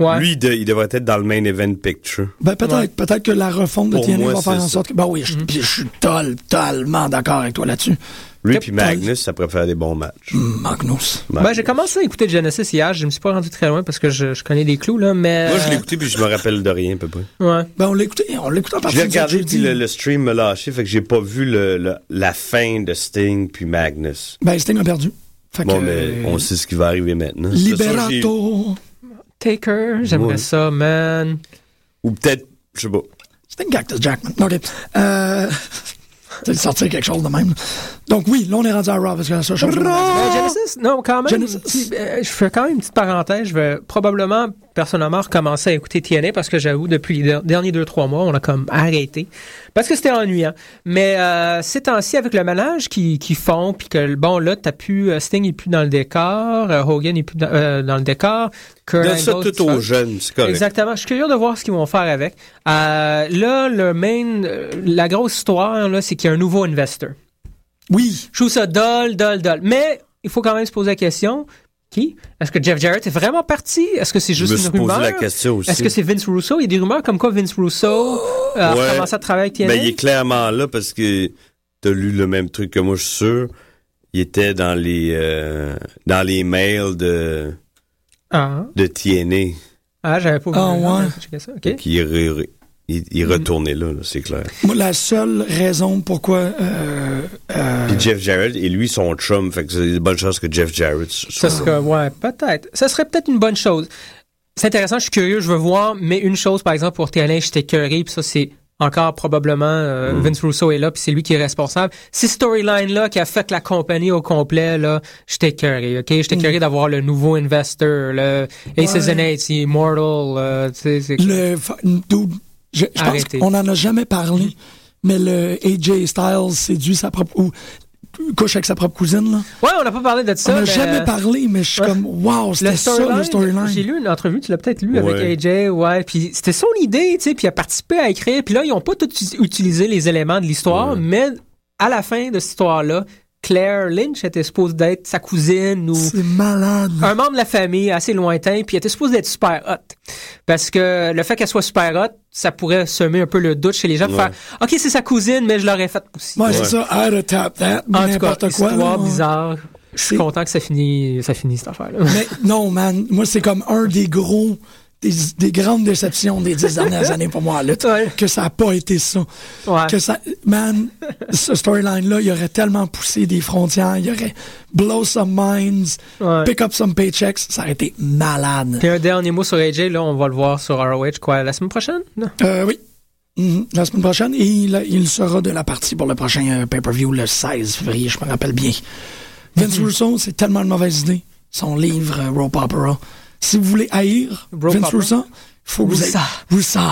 Speaker 7: Ouais.
Speaker 6: Lui, il de- il devrait être dans le main event picture.
Speaker 5: Ben, peut-être,
Speaker 7: Ouais.
Speaker 5: peut-être que la refonte de
Speaker 6: Pour
Speaker 5: TNA
Speaker 6: moi,
Speaker 5: va
Speaker 6: c'est
Speaker 5: faire en
Speaker 6: ça. Mm-hmm.
Speaker 5: sorte que. Ben oui, je, je suis totalement d'accord avec toi là-dessus.
Speaker 6: Lui
Speaker 7: Yep.
Speaker 6: puis Magnus, ça préfère des bons matchs.
Speaker 5: Magnus.
Speaker 7: Ben,
Speaker 6: Magnus.
Speaker 7: j'ai commencé à écouter Genesis hier, je me suis pas rendu très loin parce que je, je connais des clous, là, mais.
Speaker 6: Moi, je l'ai écouté puis je me rappelle de rien, à peu près.
Speaker 7: Ouais.
Speaker 5: Ben, on l'écoutait, on l'écoutait en
Speaker 6: Je
Speaker 7: Ah,
Speaker 5: partie.
Speaker 6: l'ai
Speaker 5: de ça,
Speaker 6: regardé
Speaker 5: j'ai
Speaker 6: puis
Speaker 5: dit-
Speaker 6: le, le stream me lâché, fait que j'ai pas vu le, le- la fin de Sting puis Magnus.
Speaker 5: Ben, Sting a perdu. Fait
Speaker 6: Bon,
Speaker 5: que,
Speaker 6: mais on sait ce qui va arriver maintenant. C'est sûr, j'ai-
Speaker 5: Liberato.
Speaker 7: Taker, j'aimerais
Speaker 6: Ouais.
Speaker 7: ça, man.
Speaker 6: Ou peut-être, je sais pas.
Speaker 5: C'était une Cactus Jackman. OK. Euh, (laughs) T'as dû sortir quelque chose de même. Donc oui, là, on est rendu à Raw parce que la seule chose...
Speaker 7: Euh, Genesis, non, quand même.
Speaker 5: Ah! Genesis.
Speaker 7: Puis, euh, je fais quand même une petite parenthèse. Je vais probablement, personnellement, recommencer à écouter TNA parce que j'avoue, depuis les der- derniers deux, trois mois, on a comme arrêté. Parce que c'était ennuyant. Mais euh, ces temps-ci, avec le ménage qu'ils qui font, puis que, bon, là, t'as plus, euh, Sting est plus dans le décor, euh, Hogan est plus dans, euh, dans le décor. Kurt
Speaker 6: Donne ça
Speaker 7: Angle,
Speaker 6: tout
Speaker 7: tu
Speaker 6: aux
Speaker 7: vois.
Speaker 6: jeunes, c'est correct.
Speaker 7: Exactement. Je suis curieux de voir ce qu'ils vont faire avec. Euh, là, le main, euh, la grosse histoire, là, c'est qu'il y a un nouveau investor.
Speaker 5: Oui.
Speaker 7: Je trouve ça dol, dol, dol. Mais il faut quand même se poser la question qui Est-ce que Jeff Jarrett est vraiment parti Est-ce que c'est
Speaker 6: Je
Speaker 7: juste
Speaker 6: me
Speaker 7: une
Speaker 6: suis posé
Speaker 7: rumeur
Speaker 6: la question aussi.
Speaker 7: Est-ce que c'est Vince Russo Il y a des rumeurs comme quoi Vince Russo euh, a
Speaker 6: Ouais.
Speaker 7: commencé à travailler avec TNA.
Speaker 6: Ben, il est clairement là parce que t'as lu le même truc que moi, je suis sûr. Il était dans les euh, dans les mails de
Speaker 7: Ah,
Speaker 6: de TNA
Speaker 7: ah j'avais pas vu.
Speaker 5: Ah, ouais.
Speaker 7: Je checkais ça, ok. Mm.
Speaker 6: qui est re- il, il retournait là, là, c'est clair.
Speaker 5: Moi, la seule raison pourquoi... euh, euh,
Speaker 6: Puis Jeff Jarrett et lui son chum, fait que c'est une bonne chance que Jeff Jarrett.
Speaker 7: Ça serait, ouais, peut-être. Ça serait peut-être une bonne chose. C'est intéressant, je suis curieux, je veux voir, mais une chose, par exemple, pour TNA, j'étais curieux, puis ça, c'est encore probablement euh,
Speaker 5: Hmm.
Speaker 7: Vince Russo est là, puis c'est lui qui est responsable. Ces storylines-là qui affectent la compagnie au complet, là, j'étais curieux, OK? J'étais
Speaker 5: Hmm.
Speaker 7: curieux d'avoir le nouveau investor, le Aces and Eights, Immortal, euh, tu sais, c'est...
Speaker 5: le... fa- dude, je, je pense
Speaker 7: Arrêtez. Mm-hmm.
Speaker 5: qu'on n'en a jamais parlé, mais le AJ Styles séduit sa propre... Ou couche avec sa propre cousine, là.
Speaker 7: Ouais, on n'a pas parlé de ça,
Speaker 5: On n'a
Speaker 7: mais,
Speaker 5: jamais
Speaker 7: euh,
Speaker 5: parlé, mais je suis
Speaker 7: ouais.
Speaker 5: comme, wow,
Speaker 7: Le
Speaker 5: c'était ça, le
Speaker 7: storyline, j'ai
Speaker 5: storyline.
Speaker 7: lu une entrevue, tu l'as peut-être lu
Speaker 6: Ouais.
Speaker 7: avec AJ, ouais, puis c'était son idée, tu sais, puis il a participé à écrire, puis là, ils ont pas tout uti- utilisé les éléments de l'histoire, mais à la fin de cette histoire-là, Claire Lynch était supposée d'être sa cousine ou
Speaker 5: C'est malade.
Speaker 7: un membre de la famille assez lointain, puis elle était supposée d'être super hot. Parce que le fait qu'elle soit super hot, ça pourrait semer un peu le doute chez les gens, de
Speaker 6: Ouais.
Speaker 7: faire « Ok, c'est sa cousine, mais je l'aurais faite aussi.
Speaker 5: Moi, c'est ça, I had tap that,
Speaker 7: En tout cas,
Speaker 5: n'importe quoi.
Speaker 7: histoire
Speaker 5: là.
Speaker 7: bizarre. Je suis
Speaker 5: C'est-
Speaker 7: content que ça finisse, ça finit
Speaker 5: (laughs)
Speaker 7: cette affaire-là.
Speaker 5: Mais non, man, moi, c'est comme un des gros, des, des grandes déceptions des dix
Speaker 7: (laughs)
Speaker 5: dernières années pour moi, à la lutte,
Speaker 7: Ouais.
Speaker 5: que ça n'a pas été ça.
Speaker 7: Ouais.
Speaker 5: Que ça, man, ce storyline-là, il aurait tellement poussé des frontières, il aurait blow some minds,
Speaker 7: Ouais.
Speaker 5: pick up some paychecks, ça aurait été malade.
Speaker 7: Puis un dernier mot sur AJ, là, on va le voir sur ROH, quoi, la semaine prochaine? Non.
Speaker 5: Euh, oui. Mhm, La semaine prochaine, et il, il sera de la partie pour le prochain euh, pay-per-view le 16 février, je me rappelle bien. Vince
Speaker 7: Mhm.
Speaker 5: Russo, c'est tellement une mauvaise idée. Son livre, euh, Rope Opera. Si vous voulez haïr
Speaker 7: Rope
Speaker 5: Vince
Speaker 7: Opera?
Speaker 5: Russo, faut que vous ayez...
Speaker 7: Roussa.
Speaker 5: Roussa.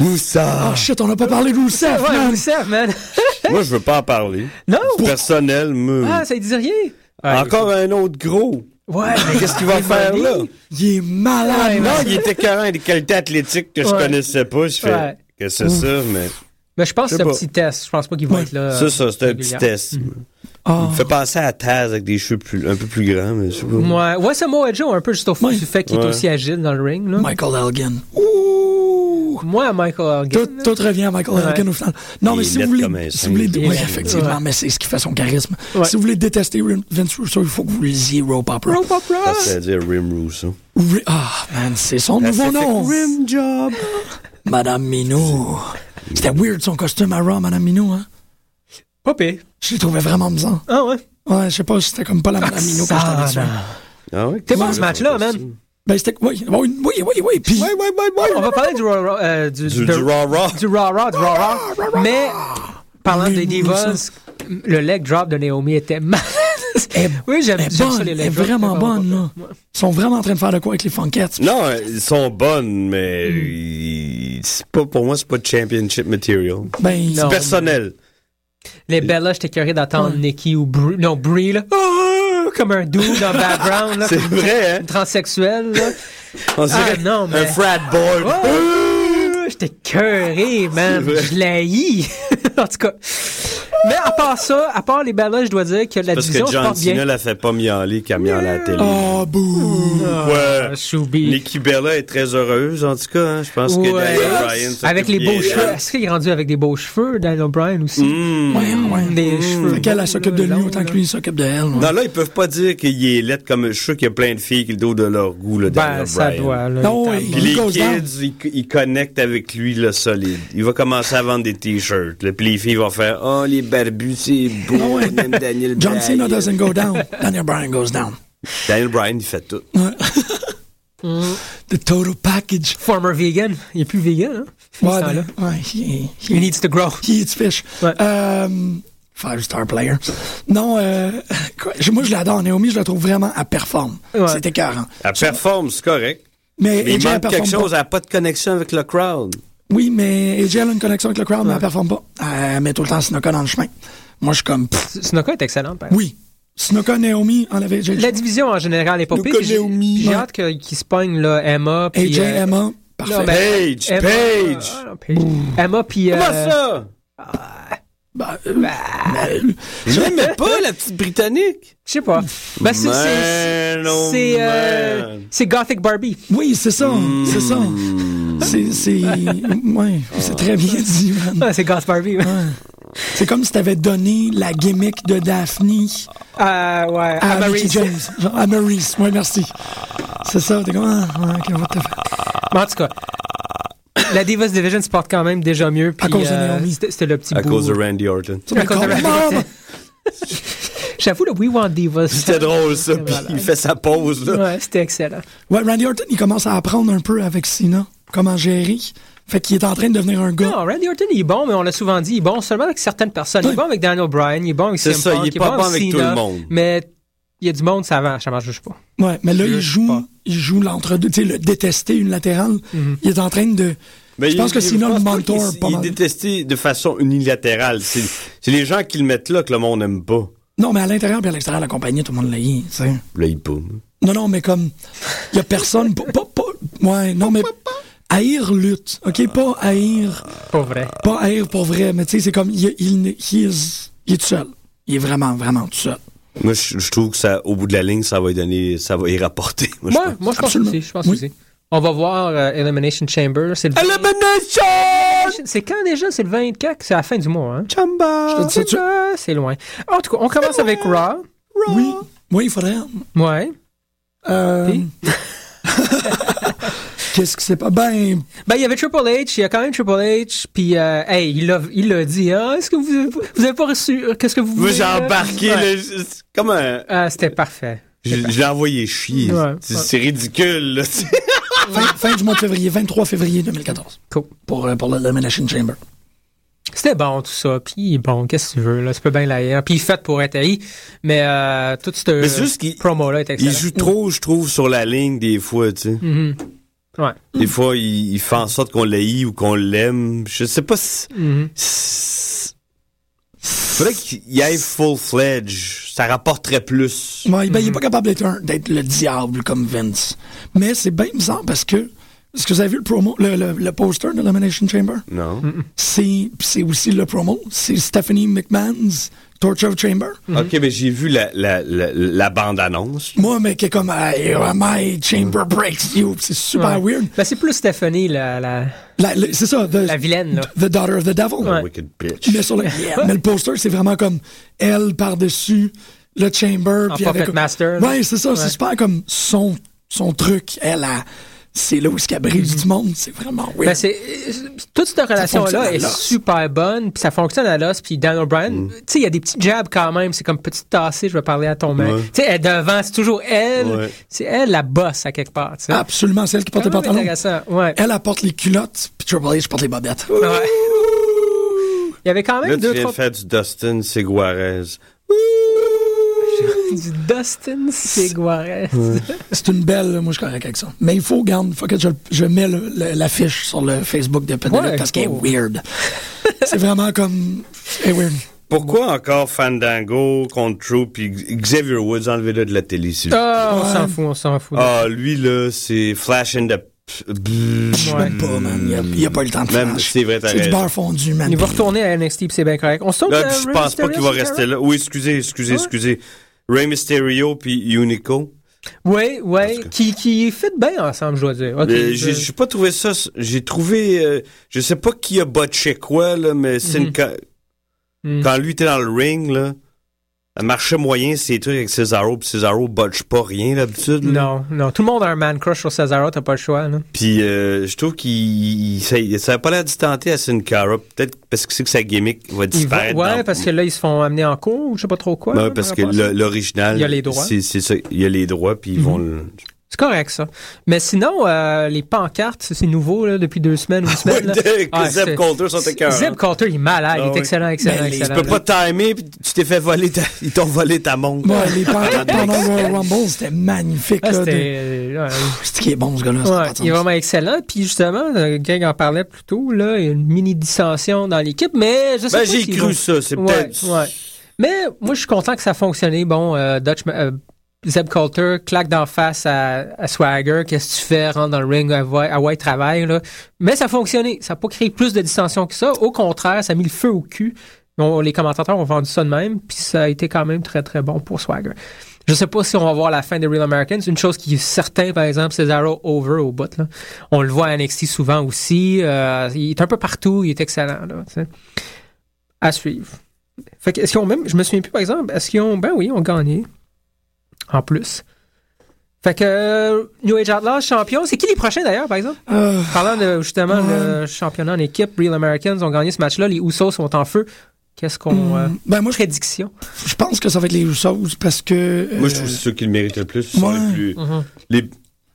Speaker 6: Où
Speaker 5: Ah
Speaker 6: ça?
Speaker 5: shit, on n'a pas parlé de Rousseff,
Speaker 7: Ouais,
Speaker 5: man.
Speaker 7: Rousseff, man.
Speaker 6: (laughs) Moi, je veux pas en parler.
Speaker 7: Non!
Speaker 6: Personnel, me...
Speaker 7: Ah, ça dit rien.
Speaker 6: Encore un autre gros.
Speaker 7: Ouais.
Speaker 5: (laughs)
Speaker 6: Qu'est-ce qu'il va faire là?
Speaker 5: Il est malade,
Speaker 6: Non,
Speaker 5: man.
Speaker 6: il était carrément des qualités athlétiques que je
Speaker 7: Ouais.
Speaker 6: connaissais pas. Je fais,
Speaker 7: Ouais.
Speaker 6: que c'est ça, mais.
Speaker 7: Mais Ben, je pense
Speaker 6: Je sais
Speaker 7: que c'est un
Speaker 6: pas.
Speaker 7: petit test. Je pense pas qu'il va
Speaker 5: Ouais.
Speaker 7: être là.
Speaker 6: ça, ça, c'est un petit
Speaker 7: Euh, régulière. Mm. Oh.
Speaker 6: test.
Speaker 5: Ah.
Speaker 6: Il me fait penser à Taz avec des cheveux plus- un peu plus grands, mais je sais pas.
Speaker 7: Ouais, ouais Samoa Joe, un peu juste au fond
Speaker 5: Ouais.
Speaker 7: du fait qu'il
Speaker 6: Ouais.
Speaker 7: est aussi agile dans le ring. Là.
Speaker 5: Michael Elgin. Ouh!
Speaker 7: Moi, Michael Elgin,
Speaker 5: Tout, tout revient à Michael
Speaker 7: Ouais.
Speaker 5: Elgin au final. Non,
Speaker 6: Il
Speaker 5: mais
Speaker 6: est
Speaker 5: si
Speaker 6: net
Speaker 5: vous voulez.
Speaker 6: comme un
Speaker 5: Si vous voulez
Speaker 6: singe.
Speaker 5: ouais,
Speaker 7: Il est-
Speaker 5: effectivement,
Speaker 7: ouais.
Speaker 5: mais c'est ce qui fait son charisme.
Speaker 7: Ouais.
Speaker 5: Si vous voulez détester Vince Russo, il faut que vous lisiez Rope Opera.
Speaker 7: Rope Opera.
Speaker 6: C'est-à-dire Rim Russo.
Speaker 5: Ri- Ah, man, c'est son nouveau nom.
Speaker 6: Rim Job.
Speaker 5: Madame Minou. C'était weird son costume à Raw, Madame Minou, hein.
Speaker 7: Pas pire.
Speaker 5: Je l'ai trouvé vraiment bizarre.
Speaker 7: Ah ouais.
Speaker 5: Ouais, je sais pas, c'était comme pas la Madame Minou que j'étais
Speaker 7: ça,
Speaker 5: habitué.
Speaker 7: non.
Speaker 6: Ah ouais?
Speaker 7: T'es bon ce match-là, man.
Speaker 5: Ben, c'était. Oui, oui, oui, oui, oui. Puis,
Speaker 7: On va parler du Raw Raw, euh, du,
Speaker 6: Du,
Speaker 7: de-
Speaker 6: du Raw Raw.
Speaker 7: du Raw Raw, du Raw Raw. Mais parlant
Speaker 5: Mais
Speaker 7: des Divas,
Speaker 5: ça.
Speaker 7: le leg drop de Naomi était (laughs) malade. Oui, j'aime
Speaker 5: elle est
Speaker 7: j'aime ça
Speaker 5: bonne,
Speaker 7: les
Speaker 5: elle est
Speaker 7: leg drops.
Speaker 5: vraiment bonne, là. Ils sont vraiment en train de faire de quoi avec les Funkettes.
Speaker 6: Non, euh, ils sont bonnes, mais
Speaker 7: Hmm.
Speaker 6: ils- c'est pas, pour moi, c'est pas championship material.
Speaker 5: Ben,
Speaker 7: Non.
Speaker 6: Personnel.
Speaker 7: Les Bella, j'étais curé d'entendre Nikki ou Brie. Non, Brie, là. Ah! Comme un doux dans le background, là.
Speaker 6: (laughs) C'est
Speaker 7: comme
Speaker 6: vrai, hein?
Speaker 7: une
Speaker 6: (laughs)
Speaker 7: Transsexuelle, là.
Speaker 6: On
Speaker 7: Ah,
Speaker 6: dirait
Speaker 7: non, mais-
Speaker 6: un frat boy.
Speaker 7: Ah, J'étais curé, man.
Speaker 6: vrai.
Speaker 7: Je l'ai haï. (laughs) en tout cas. Mais à part ça, à part les Bella, je dois dire que la
Speaker 6: Parce
Speaker 7: division
Speaker 6: que
Speaker 7: se
Speaker 6: John
Speaker 7: porte bien. Oh,
Speaker 6: Cena la fait pas miauler qu'elle miaule à la télé.
Speaker 5: Ah, bouh.
Speaker 7: ah,
Speaker 6: Ouais.
Speaker 7: Choubi.
Speaker 6: Nikki Bella est très heureuse, en tout cas. hein. Je pense que
Speaker 7: Ouais.
Speaker 6: Daniel Bryan s'occupe
Speaker 7: Avec les
Speaker 6: bien
Speaker 7: beaux cheveux.
Speaker 6: d'elle.
Speaker 7: Est-ce qu'il est rendu avec des beaux cheveux, Daniel Bryan aussi?
Speaker 6: Mm.
Speaker 5: Ouais, ouais.
Speaker 7: Des cheveux.
Speaker 5: Fait qu'elle, elle s'occupe de lui
Speaker 7: longs,
Speaker 5: autant
Speaker 7: là.
Speaker 5: que lui, il s'occupe de elle. ouais.
Speaker 6: Non, là, ils peuvent pas dire qu'il est laid comme. Je suis sûr qu'il y a plein de filles qui le dos de leur goût, là,
Speaker 7: Ben,
Speaker 6: Daniel
Speaker 7: ça
Speaker 6: Bryan.
Speaker 7: doit, là.
Speaker 5: Non,
Speaker 7: il est
Speaker 5: Ah oui.
Speaker 6: Puis
Speaker 5: He
Speaker 6: les
Speaker 5: goes down.
Speaker 6: kids, ils, ils connectent avec lui, le solide. Il va commencer à vendre des t-shirts. là. Puis les filles vont faire Oh, les barbus, c'est beau.
Speaker 5: Ah ouais.
Speaker 6: On
Speaker 5: (laughs)
Speaker 6: aime Daniel
Speaker 5: John
Speaker 6: Bryan.
Speaker 5: Cena doesn't go down. Daniel Bryan goes down.
Speaker 6: Daniel Bryan, il fait tout.
Speaker 5: The total package.
Speaker 7: Former vegan. Il est plus vegan, hein?
Speaker 5: Ouais,
Speaker 7: ce temps-là.
Speaker 5: ben, ouais, he,
Speaker 7: He
Speaker 5: he,
Speaker 7: needs to grow.
Speaker 5: he eats fish.
Speaker 7: Ouais.
Speaker 5: Euh, five star player. Non, euh, (laughs) quoi, je- moi je l'adore. Naomi, je la trouve vraiment à performe.
Speaker 7: Ouais.
Speaker 5: C'est écœurant.
Speaker 6: Elle performe, c'est correct.
Speaker 5: Mais,
Speaker 6: Mais
Speaker 5: AJ,
Speaker 6: il
Speaker 5: elle
Speaker 6: manque
Speaker 5: performe
Speaker 6: quelque
Speaker 5: pas.
Speaker 6: chose, elle n'a pas de connexion avec le crowd.
Speaker 5: Oui, mais AJ elle a une connexion avec le crowd, mais elle performe pas. Elle met tout le temps Snuka dans le chemin. Moi, je suis comme, pff,
Speaker 7: Snuka est excellent, par exemple.
Speaker 5: oui. Snuka, Naomi, enlevez AJ.
Speaker 7: La division en général est pas
Speaker 5: Nous
Speaker 7: pire. puis J'ai
Speaker 5: connaissons Mi.
Speaker 7: puis j'ai hâte que- qu'ils se pognent là, Emma. Puis,
Speaker 5: AJ,
Speaker 7: euh,
Speaker 5: Emma, parfait.
Speaker 7: non, ben,
Speaker 6: Page,
Speaker 7: Emma,
Speaker 6: Page.
Speaker 7: ah, non, Page. Emma puis. euh,
Speaker 6: Comment ça?
Speaker 5: Bah, euh, euh,
Speaker 6: Je l'aimais pas, Oh, la petite Britannique.
Speaker 7: Je sais pas. Ben, c'est- c'est-
Speaker 6: Man, oh
Speaker 7: c'est. euh,
Speaker 6: man.
Speaker 7: C'est Gothic Barbie.
Speaker 5: oui, c'est ça,
Speaker 6: Hmm.
Speaker 5: c'est ça. C'est, c'est, ouais, c'est très bien dit, man.
Speaker 7: Ah, c'est Gothic Barbie. ouais.
Speaker 5: C'est comme si t'avais donné la gimmick de Daphne
Speaker 7: Ah, ouais.
Speaker 5: à,
Speaker 7: Emma
Speaker 5: Mickey
Speaker 7: Reese.
Speaker 5: James. Genre, à Maurice. Oui, merci. C'est ça, t'es comme, ah, ouais, ok, on va te faire.
Speaker 7: Mais en tout cas, la Divas Division se porte quand même déjà mieux. Puis,
Speaker 5: À cause de
Speaker 7: euh,
Speaker 5: Naomi.
Speaker 7: C'était c'était le petit
Speaker 6: À
Speaker 7: bout.
Speaker 6: cause de
Speaker 5: (laughs)
Speaker 6: Randy Orton.
Speaker 7: À cause de
Speaker 5: Comme,
Speaker 7: Randy.
Speaker 5: Mom!
Speaker 7: (laughs) J'avoue, le We Want Divas.
Speaker 6: C'était drôle, ça. Puis il fait sa pause, là.
Speaker 7: Ouais, c'était excellent.
Speaker 5: Ouais, Randy Orton, il commence à apprendre un peu avec Sina comment gérer. Fait qu'il est en train de devenir un gars.
Speaker 7: Non, Randy Orton, il est bon, mais on l'a souvent dit, il est bon seulement avec certaines personnes. Il est bon avec Daniel Bryan, il est bon avec
Speaker 6: C'est
Speaker 7: CM
Speaker 6: ça,
Speaker 7: Punk,
Speaker 6: il est pas bon avec tout
Speaker 7: Cena,
Speaker 6: le monde.
Speaker 7: Mais il y a du monde, ça avance, ça marche juste pas.
Speaker 5: Ouais, mais là,
Speaker 7: Je
Speaker 5: il
Speaker 7: pas.
Speaker 5: joue, il joue l'entre-deux. Tu sais, le détester unilatéral.
Speaker 7: Mm-hmm.
Speaker 5: Il est en train de.
Speaker 6: Mais
Speaker 5: je pense que Sina
Speaker 6: pense
Speaker 5: le
Speaker 6: pas
Speaker 5: mentor
Speaker 6: qu'il-
Speaker 5: pas
Speaker 6: Il
Speaker 5: mal.
Speaker 6: est détesté de façon unilatérale. C'est c'est les gens qui le mettent là que le monde n'aime pas.
Speaker 5: Non, mais à l'intérieur puis à l'extérieur de la compagnie, tout le monde l'a eu, tu sais.
Speaker 6: Là, il pas.
Speaker 5: Non, non, mais comme. Il y a personne. pas, pas- pas- ouais, non, mais. Haïr lutte, OK? Pas haïr.
Speaker 7: Pas vrai.
Speaker 6: Ah,
Speaker 5: Pas haïr pour vrai, mais tu sais, c'est comme. Il, il, he is- il est tout seul. Il est vraiment, vraiment tout seul.
Speaker 6: Moi, je, je trouve que ça, au bout de la ligne, ça va y donner, ça va y rapporter. Moi, je
Speaker 7: Moi,
Speaker 6: pense.
Speaker 7: moi, je pense que
Speaker 5: Absolument.
Speaker 7: c'est. Je pense
Speaker 5: Oui.
Speaker 7: que c'est. On va voir euh, Elimination Chamber. C'est le 20 C'est quand déjà? C'est le 24? C'est à la fin du mois, hein?
Speaker 5: Je te dis ça tout de suite.
Speaker 7: Chamber! C'est loin. En tout cas, on commence avec Raw.
Speaker 5: Oui. Oui, il faudrait.
Speaker 7: Ouais.
Speaker 5: Euh,
Speaker 7: Puis?
Speaker 5: (laughs) Qu'est-ce que c'est pas? Ben,
Speaker 7: Ben, il y avait Triple H, il y a quand même Triple H, puis, euh, hey, il l'a il l'a dit, hein, est-ce que vous, vous avez pas reçu, euh, qu'est-ce que vous
Speaker 6: Moi,
Speaker 7: voulez?
Speaker 6: j'ai
Speaker 7: là?
Speaker 6: embarqué,
Speaker 7: Ouais.
Speaker 6: là, je- c'est comme un-
Speaker 7: Ah, c'était parfait.
Speaker 6: Je, je l'ai envoyé chier.
Speaker 7: Ouais.
Speaker 6: C'est c'est ridicule, là. tu sais.
Speaker 5: Fin, fin du mois de février, 23 février 2014,
Speaker 7: Cool.
Speaker 5: pour, euh, pour l'Elimination Chamber.
Speaker 7: C'était bon tout ça. Puis bon, qu'est-ce que tu veux là, tu peux bien l'ailleurs. Puis fait pour être haï, mais euh, toute cette
Speaker 6: Mais c'est juste qu'il-
Speaker 7: promo là est
Speaker 6: Il
Speaker 7: excellent.
Speaker 6: joue trop, je trouve, sur la ligne des fois, tu sais.
Speaker 7: Mm-hmm. Ouais.
Speaker 6: Des fois, il, il fait en sorte qu'on l'haït ou qu'on l'aime. Je sais pas si...
Speaker 7: Mm-hmm.
Speaker 6: si- Faudrait qu'il aille full-fledged. Ça rapporterait plus.
Speaker 5: Ouais, ben, Il n'est pas capable d'être un- d'être le diable comme Vince. Mais c'est bien bizarre parce que. Est-ce que vous avez vu le promo, le, le- le poster de l'Elimination Chamber?
Speaker 6: Non?
Speaker 7: Mm-hmm.
Speaker 5: C'est c'est aussi le promo. C'est Stephanie McMahon's Torture Chamber.
Speaker 6: OK, mais j'ai vu la, la, la, la bande-annonce.
Speaker 5: Moi, mais qui est comme hey, oh, My Chamber Breaks You. C'est super
Speaker 7: Mm. Ouais.
Speaker 5: weird.
Speaker 7: Ben, c'est plus Stéphanie la, la,
Speaker 5: La- la- c'est ça. The,
Speaker 7: la
Speaker 6: (laughs)
Speaker 7: vilaine là.
Speaker 5: the Daughter of the Devil.
Speaker 7: Ouais.
Speaker 6: Wicked bitch.
Speaker 5: Mais, sur le,
Speaker 7: (laughs)
Speaker 5: yeah, mais le poster, c'est vraiment comme elle par-dessus le chamber.
Speaker 7: En
Speaker 5: puis
Speaker 7: Puppet
Speaker 5: avec,
Speaker 7: Master, là.
Speaker 5: Ouais, c'est ça. C'est
Speaker 7: Ouais.
Speaker 5: super comme son, son truc. Elle a. C'est là où ce qu'elle brise du monde. C'est vraiment weird.
Speaker 7: Mm-hmm. Ben, c'est euh, toute cette relation
Speaker 5: fonctionne
Speaker 7: là
Speaker 5: à
Speaker 7: est
Speaker 5: l'os.
Speaker 7: super bonne, puis ça fonctionne à l'os, puis Dan O'Brien,
Speaker 6: Mm.
Speaker 7: tu sais il y a des petits jabs quand même, c'est comme petite tassée, je vais parler à ton mec.
Speaker 6: Ouais.
Speaker 7: Tu sais elle est devant, c'est toujours elle,
Speaker 6: Ouais. Ah,
Speaker 7: c'est elle la bosse à quelque part, tu sais.
Speaker 5: Absolument, c'est elle qui porte les
Speaker 7: Quand même
Speaker 5: pantalons.
Speaker 7: intéressant,
Speaker 6: Eh,
Speaker 7: ouais.
Speaker 5: Elle apporte les culottes, puis Triple H porte les bobettes.
Speaker 7: Ouais. Il y avait quand même
Speaker 6: Là, tu
Speaker 7: deux
Speaker 6: viens
Speaker 7: trois
Speaker 6: de faire du Dustin Seguarez.
Speaker 7: du Dustin Seguarez.
Speaker 5: C'est une belle, moi je suis correct avec ça. Mais il faut, garde, faut que je, je mets le- le- l'affiche sur le Facebook de Penelope
Speaker 7: Ouais,
Speaker 5: parce qu'elle
Speaker 7: cool.
Speaker 5: est weird. (laughs) c'est vraiment comme. eh Elle est weird.
Speaker 6: Pourquoi encore Fandango contre True puis Xavier Woods enlevé de la télé, s'il vous plaît?
Speaker 7: Ah, on
Speaker 5: Ouais.
Speaker 7: s'en fout, on s'en fout.
Speaker 6: Ah, lui, là, c'est Flash in the...
Speaker 5: Je
Speaker 7: Ouais.
Speaker 5: même pas, man. Il y a- Il n'y a, pas le temps de
Speaker 6: Même,
Speaker 5: faire.
Speaker 6: c'est vrai, t'as
Speaker 5: C'est du
Speaker 6: raison.
Speaker 5: beurre euh, fondu, man.
Speaker 7: Il va retourner à NXT, puis c'est bien correct. On se tourne
Speaker 6: Là,
Speaker 7: vers
Speaker 6: je
Speaker 7: Rey
Speaker 6: pense pas qu'il va
Speaker 7: Mysterio,
Speaker 6: rester là. Oui, excusez, excusez,
Speaker 7: Ouais.
Speaker 6: excusez. Ray Mysterio puis Unico.
Speaker 7: Oui, oui,
Speaker 6: Parce que-
Speaker 7: qui, qui fit bien ensemble, je dois dire. Ok,
Speaker 6: Euh,
Speaker 7: je-
Speaker 6: j'ai j'ai pas trouvé ça. s- J'ai trouvé. euh, je sais pas qui a botché quoi, là, mais c'est une ca-
Speaker 7: Mhm.
Speaker 6: quand lui était dans le ring, là, elle marchait moyen ses trucs avec Cesaro, puis Cesaro botche pas rien d'habitude. là.
Speaker 7: Non, non, tout le monde a un man crush sur Cesaro, t'as pas le choix. Là.
Speaker 6: Puis euh, je trouve qu'il il- ça, ça a pas l'air de se tenter à Sin Cara. Peut-être parce que c'est que sa gimmick va
Speaker 7: Ils vont-
Speaker 6: disparaître.
Speaker 7: ouais,
Speaker 6: dans-
Speaker 7: parce que là, ils se font amener en cours, ou je sais pas trop quoi.
Speaker 6: Ouais,
Speaker 7: là,
Speaker 6: Ben, parce
Speaker 7: par
Speaker 6: que
Speaker 7: rapport à ça.
Speaker 6: le- l'original.
Speaker 7: Il y a les droits. Mhm.
Speaker 6: C'est c'est ça. Il y a les droits, puis ils vont le.
Speaker 7: C'est correct, ça. Mais sinon, euh, les pancartes, c'est nouveau, là, depuis deux semaines ou une semaine. là.
Speaker 6: (laughs) Ouais, que
Speaker 7: Ah,
Speaker 6: Zeb
Speaker 7: c'est-
Speaker 6: Coulter sont écœurants.
Speaker 7: Zeb Coulter, il est malade,
Speaker 6: Ah
Speaker 7: il est
Speaker 6: oui.
Speaker 7: excellent, excellent,
Speaker 5: Ben, il
Speaker 7: excellent.
Speaker 6: Tu peux pas timer, puis tu t'es fait voler ta... (laughs) Ils t'ont volé ta montre.
Speaker 5: Ouais,
Speaker 6: (laughs)
Speaker 5: les pancartes pendant le Royal Rumble, c'était magnifique.
Speaker 7: Ah,
Speaker 5: là,
Speaker 7: c'était,
Speaker 5: de-
Speaker 7: euh, ouais,
Speaker 5: C'est qui est bon, ce gars-là. ça n'a
Speaker 7: Ouais,
Speaker 5: pas de
Speaker 7: il est
Speaker 5: sens.
Speaker 7: vraiment excellent. Puis justement, euh, Greg en parlait plus tôt, là, il y a une mini dissension dans l'équipe, mais je sais
Speaker 6: Ben,
Speaker 7: pas.
Speaker 6: j'ai
Speaker 7: s'ils
Speaker 6: cru
Speaker 7: vont-
Speaker 6: ça, c'est
Speaker 7: Ouais,
Speaker 6: peut-être...
Speaker 7: ouais. Mais moi, je suis content que ça a fonctionné. Bon, euh, Dutch, euh, Zeb Coulter claque d'en face à, à Swagger. Qu'est-ce que tu fais? Rentre dans le ring, à ouais, travail. Là. Mais ça a fonctionné. Ça n'a pas créé plus de dissension que ça. Au contraire, ça a mis le feu au cul. On- les commentateurs ont vendu ça de même. Puis ça a été quand même très, très bon pour Swagger. Je sais pas si on va voir la fin des Real Americans. Une chose qui est certaine, par exemple, c'est Cesaro over au bout. Là. On le voit à NXT souvent aussi. Euh, il est un peu partout. Il est excellent. Là, tu sais. à suivre. Fait que, est-ce qu'ils ont même. Je me souviens plus, par exemple, est-ce qu'ils ont. Ben oui, ils ont gagné. En plus. Fait que euh, New Age Outlaws, champion. C'est qui les prochains d'ailleurs, par exemple?
Speaker 5: Euh,
Speaker 7: Parlant de justement le championnat en équipe, Real Americans ont gagné ce match-là. Les Usos sont en feu. Qu'est-ce qu'on. euh,
Speaker 5: ben, moi, je,
Speaker 7: prédiction.
Speaker 5: je pense que ça va être les Usos parce que. euh,
Speaker 6: Moi, je trouve que c'est ceux qui le méritent le plus. Ils sont
Speaker 5: Ouais.
Speaker 6: les plus... les-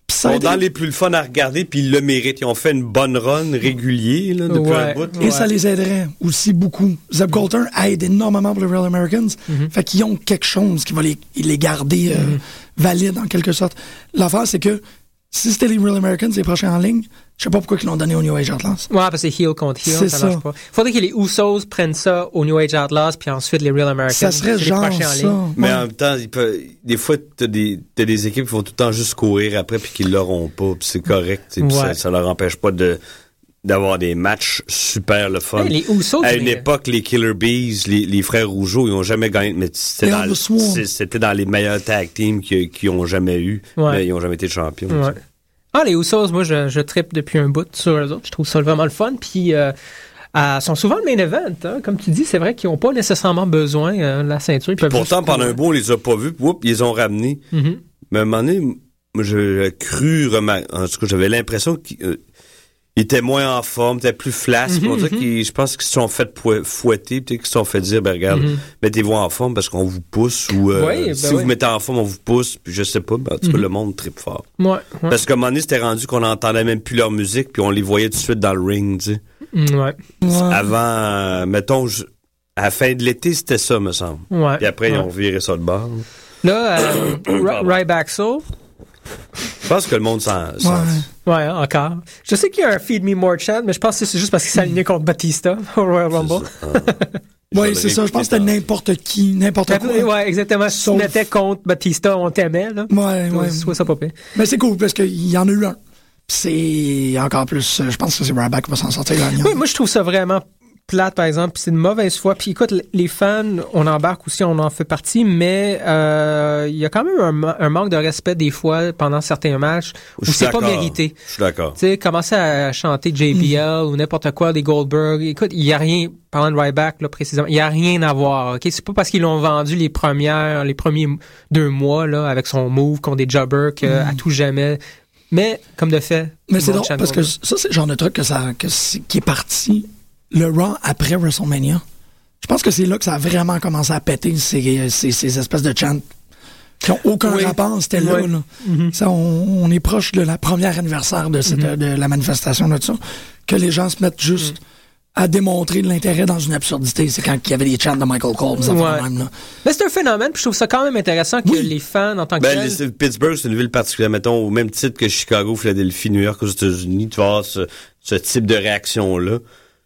Speaker 5: pis ça a
Speaker 6: sont
Speaker 5: été-
Speaker 6: dans les plus le fun à regarder, puis ils le méritent. Ils ont fait une bonne run régulier, là, depuis
Speaker 7: Ouais.
Speaker 6: un bout. là.
Speaker 5: Et ça les aiderait aussi beaucoup. Zeb Coulter aide énormément pour les Real Americans.
Speaker 7: Mm-hmm.
Speaker 5: Fait qu'ils ont quelque chose qui va les, les garder euh, valides en quelque sorte. L'affaire, c'est que si c'était les Real Americans les prochains en ligne, je sais pas pourquoi ils l'ont donné au New Age Atlas.
Speaker 7: Ouais, parce que c'est heel contre heel,
Speaker 5: C'est
Speaker 7: ça marche
Speaker 5: ça.
Speaker 7: pas. Faudrait que les Usos prennent ça au New Age Outlaws, puis ensuite les Real Americans.
Speaker 5: Ça serait
Speaker 7: C'est les
Speaker 5: genre
Speaker 7: prochains en
Speaker 5: ça.
Speaker 7: ligne.
Speaker 6: Mais
Speaker 5: Ouais.
Speaker 6: en même temps, ils peuvent- des fois, t'as des, t'as des équipes qui vont tout le temps juste courir après, puis qui l'auront pas, puis c'est correct. tu sais, puis
Speaker 7: Ouais.
Speaker 6: ça, ça leur empêche pas de d'avoir des matchs super le fun.
Speaker 7: Hey, les Usos,
Speaker 6: à
Speaker 7: mais-
Speaker 6: une époque, les Killer Bees, les, les frères Rougeau, ils ont jamais gagné, mais c'était
Speaker 5: Les
Speaker 6: dans, le-
Speaker 5: Swarm.
Speaker 6: c'est- c'était dans les meilleurs tag teams qui, qui ont jamais eu,
Speaker 7: Ouais.
Speaker 6: mais ils ont jamais été champions.
Speaker 7: Ouais.
Speaker 6: tu sais.
Speaker 7: Ah, les Usos, moi, je, je trippe depuis un bout sur eux autres. Je trouve ça vraiment le fun. Puis, euh, euh, sont souvent le main event. hein. Comme tu dis, c'est vrai qu'ils n'ont pas nécessairement besoin euh, de la ceinture. Ils peuvent
Speaker 6: Pourtant,
Speaker 7: juste-
Speaker 6: pendant un bout, on les a pas vus, puis whoop, ils les ont ramenés.
Speaker 7: Mhm.
Speaker 6: Mais à un moment donné, moi, j'ai cru, remar- en tout cas, j'avais l'impression qu'ils il était moins en forme, il était plus flasque.
Speaker 7: Mm-hmm,
Speaker 6: on dirait qu'ils- je pense qu'ils se sont fait pou- fouetter, peut-être qu'ils se sont fait dire, ben regarde, mettez-vous en forme parce qu'on vous pousse ou euh,
Speaker 7: Oui, Mm-hmm. ben
Speaker 6: si
Speaker 7: oui.
Speaker 6: vous mettez en forme, on vous pousse. Puis je sais pas, ben, en tout cas, le monde tripe fort.
Speaker 7: Ouais, ouais.
Speaker 6: Parce qu'à un moment donné, c'était rendu qu'on n'entendait même plus leur musique, puis on les voyait tout de suite dans le ring, tu sais.
Speaker 7: Mm, ouais.
Speaker 6: Avant, euh, mettons, je- à la fin de l'été, c'était ça, me semble.
Speaker 7: Ouais.
Speaker 6: Puis après,
Speaker 7: ouais.
Speaker 6: ils ont viré ça de bord.
Speaker 7: Là, euh, Ra- Ryback Soul,
Speaker 6: Je pense que le monde s'en... s'en-
Speaker 5: Ouais.
Speaker 7: ouais, encore. Je sais qu'il y a un Feed Me More chant, mais je pense que c'est juste parce qu'il s'est aligné contre Batista au Royal Rumble.
Speaker 6: Ah.
Speaker 5: (laughs) Oui, c'est ça. Je pense que c'était n'importe qui, n'importe quoi.
Speaker 7: Ouais, ouais, exactement. Si tu
Speaker 5: Sauf-
Speaker 7: mettais contre Batista, on t'aimait, là.
Speaker 5: Ouais, ouais.
Speaker 7: Soit ça, pas pire.
Speaker 5: Mais c'est cool parce qu'il y en a eu un. Puis C'est encore plus. euh, Je pense que c'est Ryback qui va s'en sortir gagnant.
Speaker 7: (laughs) Oui, moi, je trouve ça vraiment plate, par exemple, puis c'est une mauvaise foi. Puis écoute, l- les fans, on embarque aussi, on en fait partie, mais euh, il y a quand même un, ma- un manque de respect des fois pendant certains matchs où
Speaker 6: Je suis
Speaker 7: c'est pas
Speaker 6: d'accord.
Speaker 7: mérité.
Speaker 6: Je suis d'accord.
Speaker 7: Tu sais, commencer à chanter JBL
Speaker 5: Mm.
Speaker 7: ou n'importe quoi, des Goldberg. Écoute, il y a rien, parlant de Ryback, là, précisément, il y a rien à voir, ok? C'est pas parce qu'ils l'ont vendu les premières, les premiers m- deux mois, là, avec son move contre des jobbers que, à tout jamais. Mais, comme de fait.
Speaker 5: Mm. Mais
Speaker 7: tout
Speaker 5: c'est
Speaker 7: le monde
Speaker 5: drôle
Speaker 7: chante
Speaker 5: parce que
Speaker 7: Goldberg.
Speaker 5: ça, c'est le genre de truc que ça, que c'est- qui est parti le Raw après WrestleMania. Je pense que c'est là que ça a vraiment commencé à péter ces, ces, ces espèces de chants qui n'ont aucun
Speaker 7: Oui.
Speaker 5: rapport. C'était là.
Speaker 7: Oui. Mhm.
Speaker 5: là. Ça, on, on est proche de la première anniversaire de, cette- de la manifestation de ça. Que les gens se mettent juste
Speaker 7: Mhm.
Speaker 5: à démontrer de l'intérêt dans une absurdité. C'est quand il y avait des chants de Michael Cole. Ça fait
Speaker 7: Ouais.
Speaker 5: de même, là.
Speaker 7: Mais c'est un phénomène, puis je trouve ça quand même intéressant que les fans, en tant que
Speaker 6: Ben,
Speaker 7: tels-
Speaker 6: les- Pittsburgh, c'est une ville particulière, mettons, au même titre que Chicago, Philadelphie, New York aux États-Unis, tu vas avoir ce, ce type de réaction-là.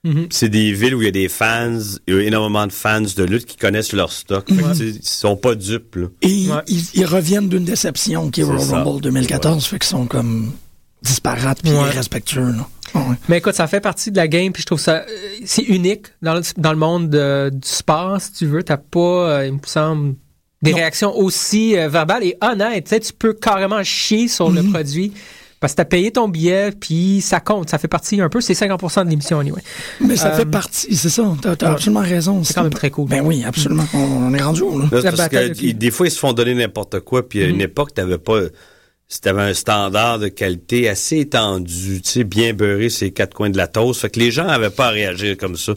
Speaker 7: Mm-hmm.
Speaker 6: C'est des villes où il y a des fans, il y a énormément de fans de lutte qui connaissent leur stock. Fait que, tu sais, Ils sont pas dupes. Là.
Speaker 5: Et
Speaker 7: Ouais.
Speaker 5: ils, ils reviennent d'une déception qui est
Speaker 6: C'est
Speaker 5: Royal
Speaker 6: ça.
Speaker 5: Rumble 2014, fait qu'ils sont comme disparates puis
Speaker 7: Ouais.
Speaker 5: irrespectueux. Là. Ouais.
Speaker 7: Mais écoute, ça fait partie de la game, puis je trouve ça euh, c'est unique dans le, dans le monde de- du sport, si tu veux. T'as pas, euh, il me semble, des
Speaker 5: Non.
Speaker 7: réactions aussi euh, verbales et honnêtes. Tu sais, tu peux carrément chier sur
Speaker 5: Mhm.
Speaker 7: le produit parce que t'as payé ton billet, puis ça compte. Ça fait partie un peu, c'est 50% de l'émission, anyway.
Speaker 5: Mais ça fait partie, c'est ça. T'as t'as
Speaker 7: Euh, ouais.
Speaker 5: absolument raison.
Speaker 7: C'est quand même très cool.
Speaker 5: Ben oui, absolument. On, on est rendu où,
Speaker 7: (laughs)
Speaker 5: là?
Speaker 6: Là, c'est
Speaker 7: La
Speaker 6: parce
Speaker 7: bataille
Speaker 6: que
Speaker 7: de qui? Mhm.
Speaker 6: ils- des fois, ils se font donner n'importe quoi. Puis à une époque, t'avais pas. Si t'avais un standard de qualité assez étendu, tu sais, bien beurré ces quatre coins de la toast. Fait que les gens avaient pas à réagir comme ça.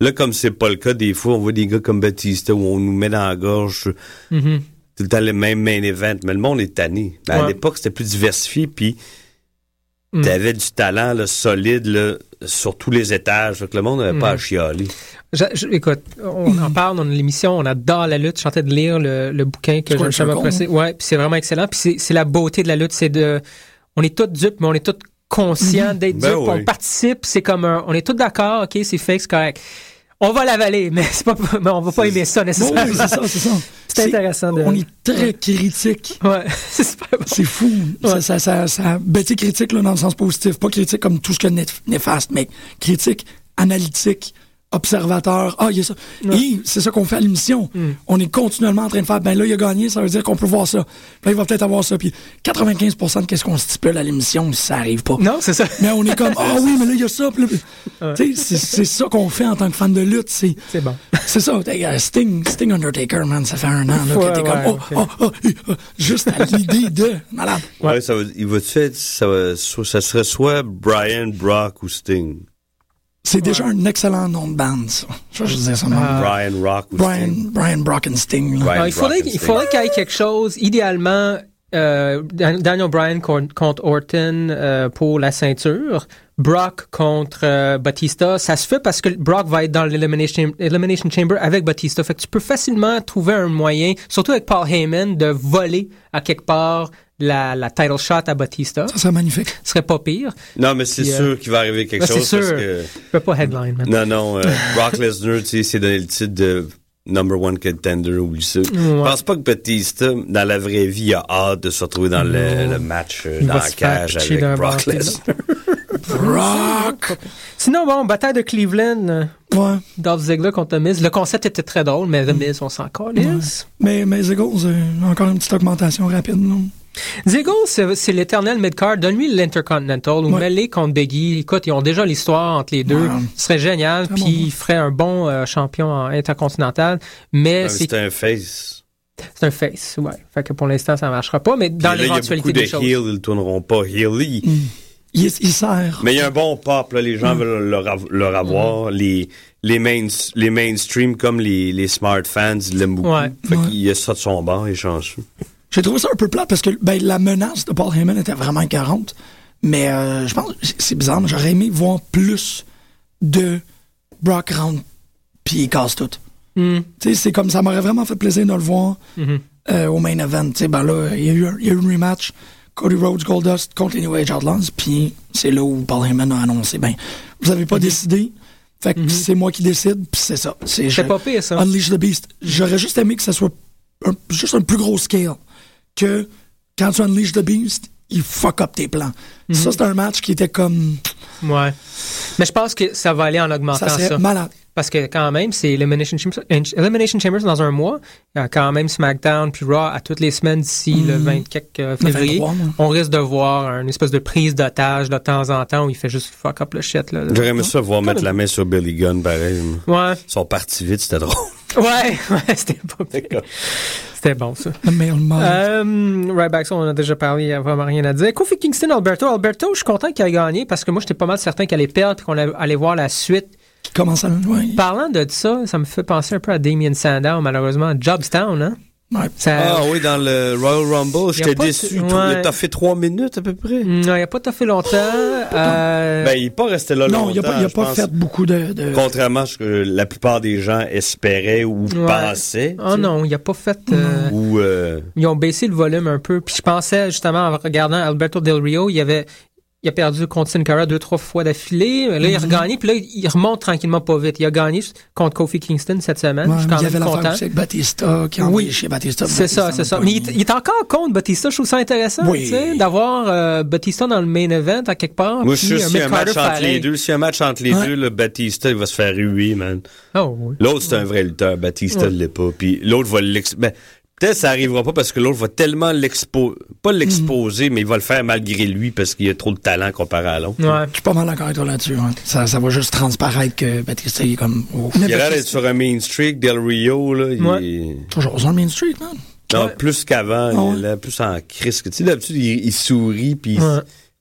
Speaker 6: Là, comme c'est pas le cas, des fois, on voit des gars comme Batista où on nous met dans la gorge tout le temps les mêmes main event. Mais le monde est tanné. Mais À
Speaker 7: Mhm. Ouais.
Speaker 6: l'époque, c'était plus diversifié, puis
Speaker 7: Mhm.
Speaker 6: t'avais du talent là, solide là, sur tous les étages. Fait que le monde n'avait pas à
Speaker 7: Mhm.
Speaker 6: chialer.
Speaker 7: Je- je- écoute, on en parle, on a l'émission, on adore la lutte. Je suis en train de lire le, le bouquin que
Speaker 5: Square
Speaker 7: je suis
Speaker 5: Circle.
Speaker 7: pressé. Ouais, puis c'est vraiment excellent. Puis c'est- c'est la beauté de la lutte, c'est de, on est tous dupes, mais on est tous
Speaker 5: Mhm.
Speaker 7: conscients d'être
Speaker 6: Ben
Speaker 7: dupes.
Speaker 6: oui.
Speaker 7: On participe, c'est comme un, on est tous d'accord, ok, c'est fake, c'est correct. On va l'avaler, (laughs) mais c'est pas, mais on va pas aimer ça
Speaker 5: Bon,
Speaker 7: nécessairement.
Speaker 5: oui, c'est ça, c'est ça.
Speaker 7: (laughs) C'est intéressant de-
Speaker 5: On est très critique.
Speaker 7: ouais, (laughs) c'est super bon.
Speaker 5: C'est fou. Ça, ça, ça, ça- ben, tu sais, critique là, dans le sens positif. Pas critique comme tout ce que néf- néfaste, mais critique, analytique, observateur. Ah, il y a ça. Et c'est ça qu'on fait à l'émission.
Speaker 7: Mm.
Speaker 5: On est continuellement en train de faire. Ben là, il a gagné, ça veut dire qu'on peut voir ça. Là, il va peut-être avoir ça. Puis 95 de qu'est-ce qu'on stipule à l'émission, ça arrive pas.
Speaker 7: Non,
Speaker 5: (laughs)
Speaker 7: c'est ça.
Speaker 5: Mais on est comme, ah oui, mais là, il y a ça. puis là- Tu sais, c'est- c'est ça qu'on fait en tant que fan de lutte. C'est
Speaker 7: C'est bon.
Speaker 5: c'est ça, t'es, euh, Sting, Sting Undertaker, man, ça fait un an là,
Speaker 7: Ouais,
Speaker 5: que t'es comme,
Speaker 7: ouais,
Speaker 5: oh,
Speaker 7: ok.
Speaker 5: oh, oh, hi, oh, juste à l'idée de, malade.
Speaker 6: Ouais. ça va, il va faire, ça, va- so- ça serait soit Brian, Brock ou Sting.
Speaker 5: C'est déjà un excellent nom de band, ça. Je vais juste dire son nom.
Speaker 7: Ah,
Speaker 6: Brian Rock ou
Speaker 5: Brian,
Speaker 6: Sting.
Speaker 5: Brian Brock and Sting. là.
Speaker 6: Brian
Speaker 7: Alors, Ah, il faudrait,
Speaker 6: Brock Ben, and
Speaker 7: il
Speaker 6: Sting.
Speaker 7: faudrait qu'il y ait quelque chose, idéalement, euh, Dan- Daniel Bryan con- contre Orton euh, pour la ceinture, Brock contre euh, Batista. Ça se fait parce que Brock va être dans l'Elimination Elimination Chamber avec Batista. Fait que tu peux facilement trouver un moyen, surtout avec Paul Heyman, de voler à quelque part la, la title shot à Batista.
Speaker 5: Ça serait magnifique.
Speaker 7: Ce serait pas pire.
Speaker 6: Non, mais c'est
Speaker 7: Puis, euh,
Speaker 6: sûr qu'il va arriver quelque
Speaker 7: Ben, c'est
Speaker 6: chose.
Speaker 7: sûr.
Speaker 6: Parce que,
Speaker 7: Je peux pas headline, man.
Speaker 6: non, non, euh, Brock Lesnar, tu sais, il s'est donné le titre de number one contender, oublie ça. Je pense pas que Batista, dans la vraie vie, il a hâte de se retrouver dans le, le match, euh,
Speaker 7: Il
Speaker 6: dans
Speaker 7: va
Speaker 6: la
Speaker 7: se faire
Speaker 6: cage
Speaker 7: pitcher
Speaker 6: avec
Speaker 7: d'un
Speaker 6: Brock
Speaker 7: bord.
Speaker 6: Lesnar.
Speaker 5: Brock!
Speaker 7: Sinon, bon, bataille de Cleveland, euh,
Speaker 5: Ouais.
Speaker 7: Dolph Ziggler contre The Miz. Le concept était très drôle, mais
Speaker 6: Mm.
Speaker 7: The Miz, on s'en calisse.
Speaker 5: Mais, mais Ziggles, euh, encore une petite augmentation rapide, là.
Speaker 7: Diego, c'est c'est l'éternel mid-card. Donne-lui l'Intercontinental ou
Speaker 5: Ouais.
Speaker 7: mêlé contre Biggie. Écoute, ils ont déjà l'histoire entre les deux.
Speaker 5: Ouais.
Speaker 7: Ce serait génial.
Speaker 5: Très
Speaker 7: Puis
Speaker 5: bon point.
Speaker 7: il ferait un bon euh, champion en intercontinental.
Speaker 6: Non,
Speaker 7: Mais
Speaker 6: mais
Speaker 7: (laughs) c'est
Speaker 6: C'est un face.
Speaker 7: c'est un face. Ouais. Fait que pour l'instant, ça ne marchera pas. Mais dans
Speaker 6: Puis là, il y a
Speaker 7: l'éventualité
Speaker 6: beaucoup de
Speaker 7: des choses.
Speaker 6: heels, ils ne tourneront pas. Healy,
Speaker 5: Il, est- il sert.
Speaker 6: Mais il y a un bon pop, là, les
Speaker 5: Mm.
Speaker 6: gens veulent leur, av- leur avoir. Les, les, main, les mainstream comme les, les smart fans l'aiment beaucoup.
Speaker 7: Ouais.
Speaker 6: Fait qu'il y a ça de son bord, il est chanceux.
Speaker 5: J'ai trouvé ça un peu plat parce que ben, la menace de Paul Heyman était vraiment 40. Mais euh, je pense, c'est- c'est bizarre, mais j'aurais aimé voir plus de Brock Round puis il casse tout.
Speaker 7: Hmm.
Speaker 5: Tu sais, c'est comme ça m'aurait vraiment fait plaisir de le voir
Speaker 7: Mm-hmm.
Speaker 5: euh, au main event. Tu sais, ben là, il y, a eu un- il y a eu un rematch Cody Rhodes Goldust contre les New Age Outlaws, puis c'est là où Paul Heyman a annoncé ben, vous avez
Speaker 7: Mm-hmm.
Speaker 5: pas décidé, fait que c'est moi qui décide, puis c'est ça. C'est je-
Speaker 7: pas pire, ça.
Speaker 5: Unleash the Beast. J'aurais juste aimé que ça soit un- juste un plus gros scale que quand tu unleash the Beast, il fuck up tes plans.
Speaker 7: Mm-hmm.
Speaker 5: Ça, c'est un match qui était comme
Speaker 7: Ouais. Mais je pense que ça va aller en augmentant
Speaker 5: ça
Speaker 7: ça.
Speaker 5: serait malade.
Speaker 7: Parce que quand même, c'est Elimination Chamber, Elimination Chamber c'est dans un mois. Il y a quand même SmackDown puis Raw à toutes les semaines d'ici le 24 euh, février.
Speaker 5: 23, moi.
Speaker 7: on risque de voir une espèce de prise d'otage de temps en temps où il fait juste fuck up le shit. Là.
Speaker 6: J'aurais aimé ça voir mettre la main sur Billy Gunn, pareil.
Speaker 7: Ouais.
Speaker 6: Ils sont partis vite, c'était drôle.
Speaker 7: Ouais, (laughs) ouais, c'était pas pire. C'était bon, ça.
Speaker 5: Mais on demande.
Speaker 7: (laughs) Euh, right back, ça, on en a déjà parlé, il n'y a vraiment rien à dire. Kofi Kingston, Alberto. Alberto, je suis content qu'il ait gagné parce que moi, j'étais pas mal certain qu'il allait perdre et qu'on allait voir la suite
Speaker 5: Comment ça ouais.
Speaker 7: Parlant de ça, ça me fait penser un peu à Damien Sandow, malheureusement. Jobstown, hein?
Speaker 5: Ouais.
Speaker 7: Ça...
Speaker 6: Ah oui, dans le Royal Rumble,
Speaker 7: j'étais pas de- déçu. Il a- ouais. t'as
Speaker 6: fait trois minutes à peu
Speaker 5: Mm.
Speaker 6: près.
Speaker 7: Non, il n'a pas tout fait longtemps. Euh,
Speaker 6: Ben, il n'est pas resté là
Speaker 5: Non,
Speaker 6: longtemps.
Speaker 5: il n'a pas, il a
Speaker 6: je
Speaker 5: pas
Speaker 6: pense.
Speaker 5: fait beaucoup de. de-
Speaker 6: Contrairement à ce que la plupart des gens espéraient ou
Speaker 7: Ouais.
Speaker 6: pensaient.
Speaker 5: Ah.
Speaker 7: Oh non, il n'a pas fait... euh,
Speaker 6: Ou, euh,
Speaker 7: Ils ont baissé le volume un peu. Puis je pensais, justement, en regardant Alberto Del Rio, il avait... Il a perdu contre Sin Cara deux, trois fois d'affilée. Là,
Speaker 6: Hmm.
Speaker 7: il a regagné, puis là, il remonte tranquillement pas vite. Il a gagné contre Kofi Kingston cette semaine.
Speaker 5: Ouais,
Speaker 7: je suis
Speaker 5: mais
Speaker 7: quand
Speaker 5: il y avait
Speaker 7: même
Speaker 5: l'affaire
Speaker 7: content.
Speaker 5: aussi avec Batista qui a
Speaker 7: Oui.
Speaker 5: envoyé chez Batista.
Speaker 7: C'est
Speaker 5: Batista
Speaker 7: ça, c'est
Speaker 5: n'a
Speaker 7: ça.
Speaker 5: pas
Speaker 7: Mais
Speaker 5: eu-
Speaker 7: il, il est encore contre Batista. Je trouve ça intéressant,
Speaker 5: Oui.
Speaker 7: tu sais, d'avoir euh, Batista dans le main event à quelque part.
Speaker 6: moi, je
Speaker 7: puis
Speaker 6: suis sûr,
Speaker 7: un
Speaker 6: s'il y a un
Speaker 7: mid-carder
Speaker 6: match entre
Speaker 7: pareil.
Speaker 6: les deux, s'il y a un match entre les
Speaker 5: Ouais.
Speaker 6: deux, le Batista, il va se faire huer, man.
Speaker 7: Oh, oui.
Speaker 6: L'autre, c'est un vrai lutteur. Batista ne l'est pas. Puis l'autre va l'ex... ben, peut-être ça arrivera pas parce que l'autre va tellement l'exposer. Pas l'exposer, mais il va le faire malgré lui parce qu'il a trop de talent comparé à l'autre.
Speaker 7: Mhm. Ouais.
Speaker 5: Je suis pas mal d'accord avec toi là-dessus. hein. Ça, ça va juste transparaître que Batista il est comme. ouf.
Speaker 6: Il a l'air d'être sur un main streak, Del Rio, là. il
Speaker 7: Ouais.
Speaker 6: est-
Speaker 5: Toujours sur le Main Street, man.
Speaker 6: Non, plus qu'avant,
Speaker 5: Ouais.
Speaker 6: il est là, plus en crise. que- Tu sais, d'habitude, il, il sourit, puis il-
Speaker 7: Ouais.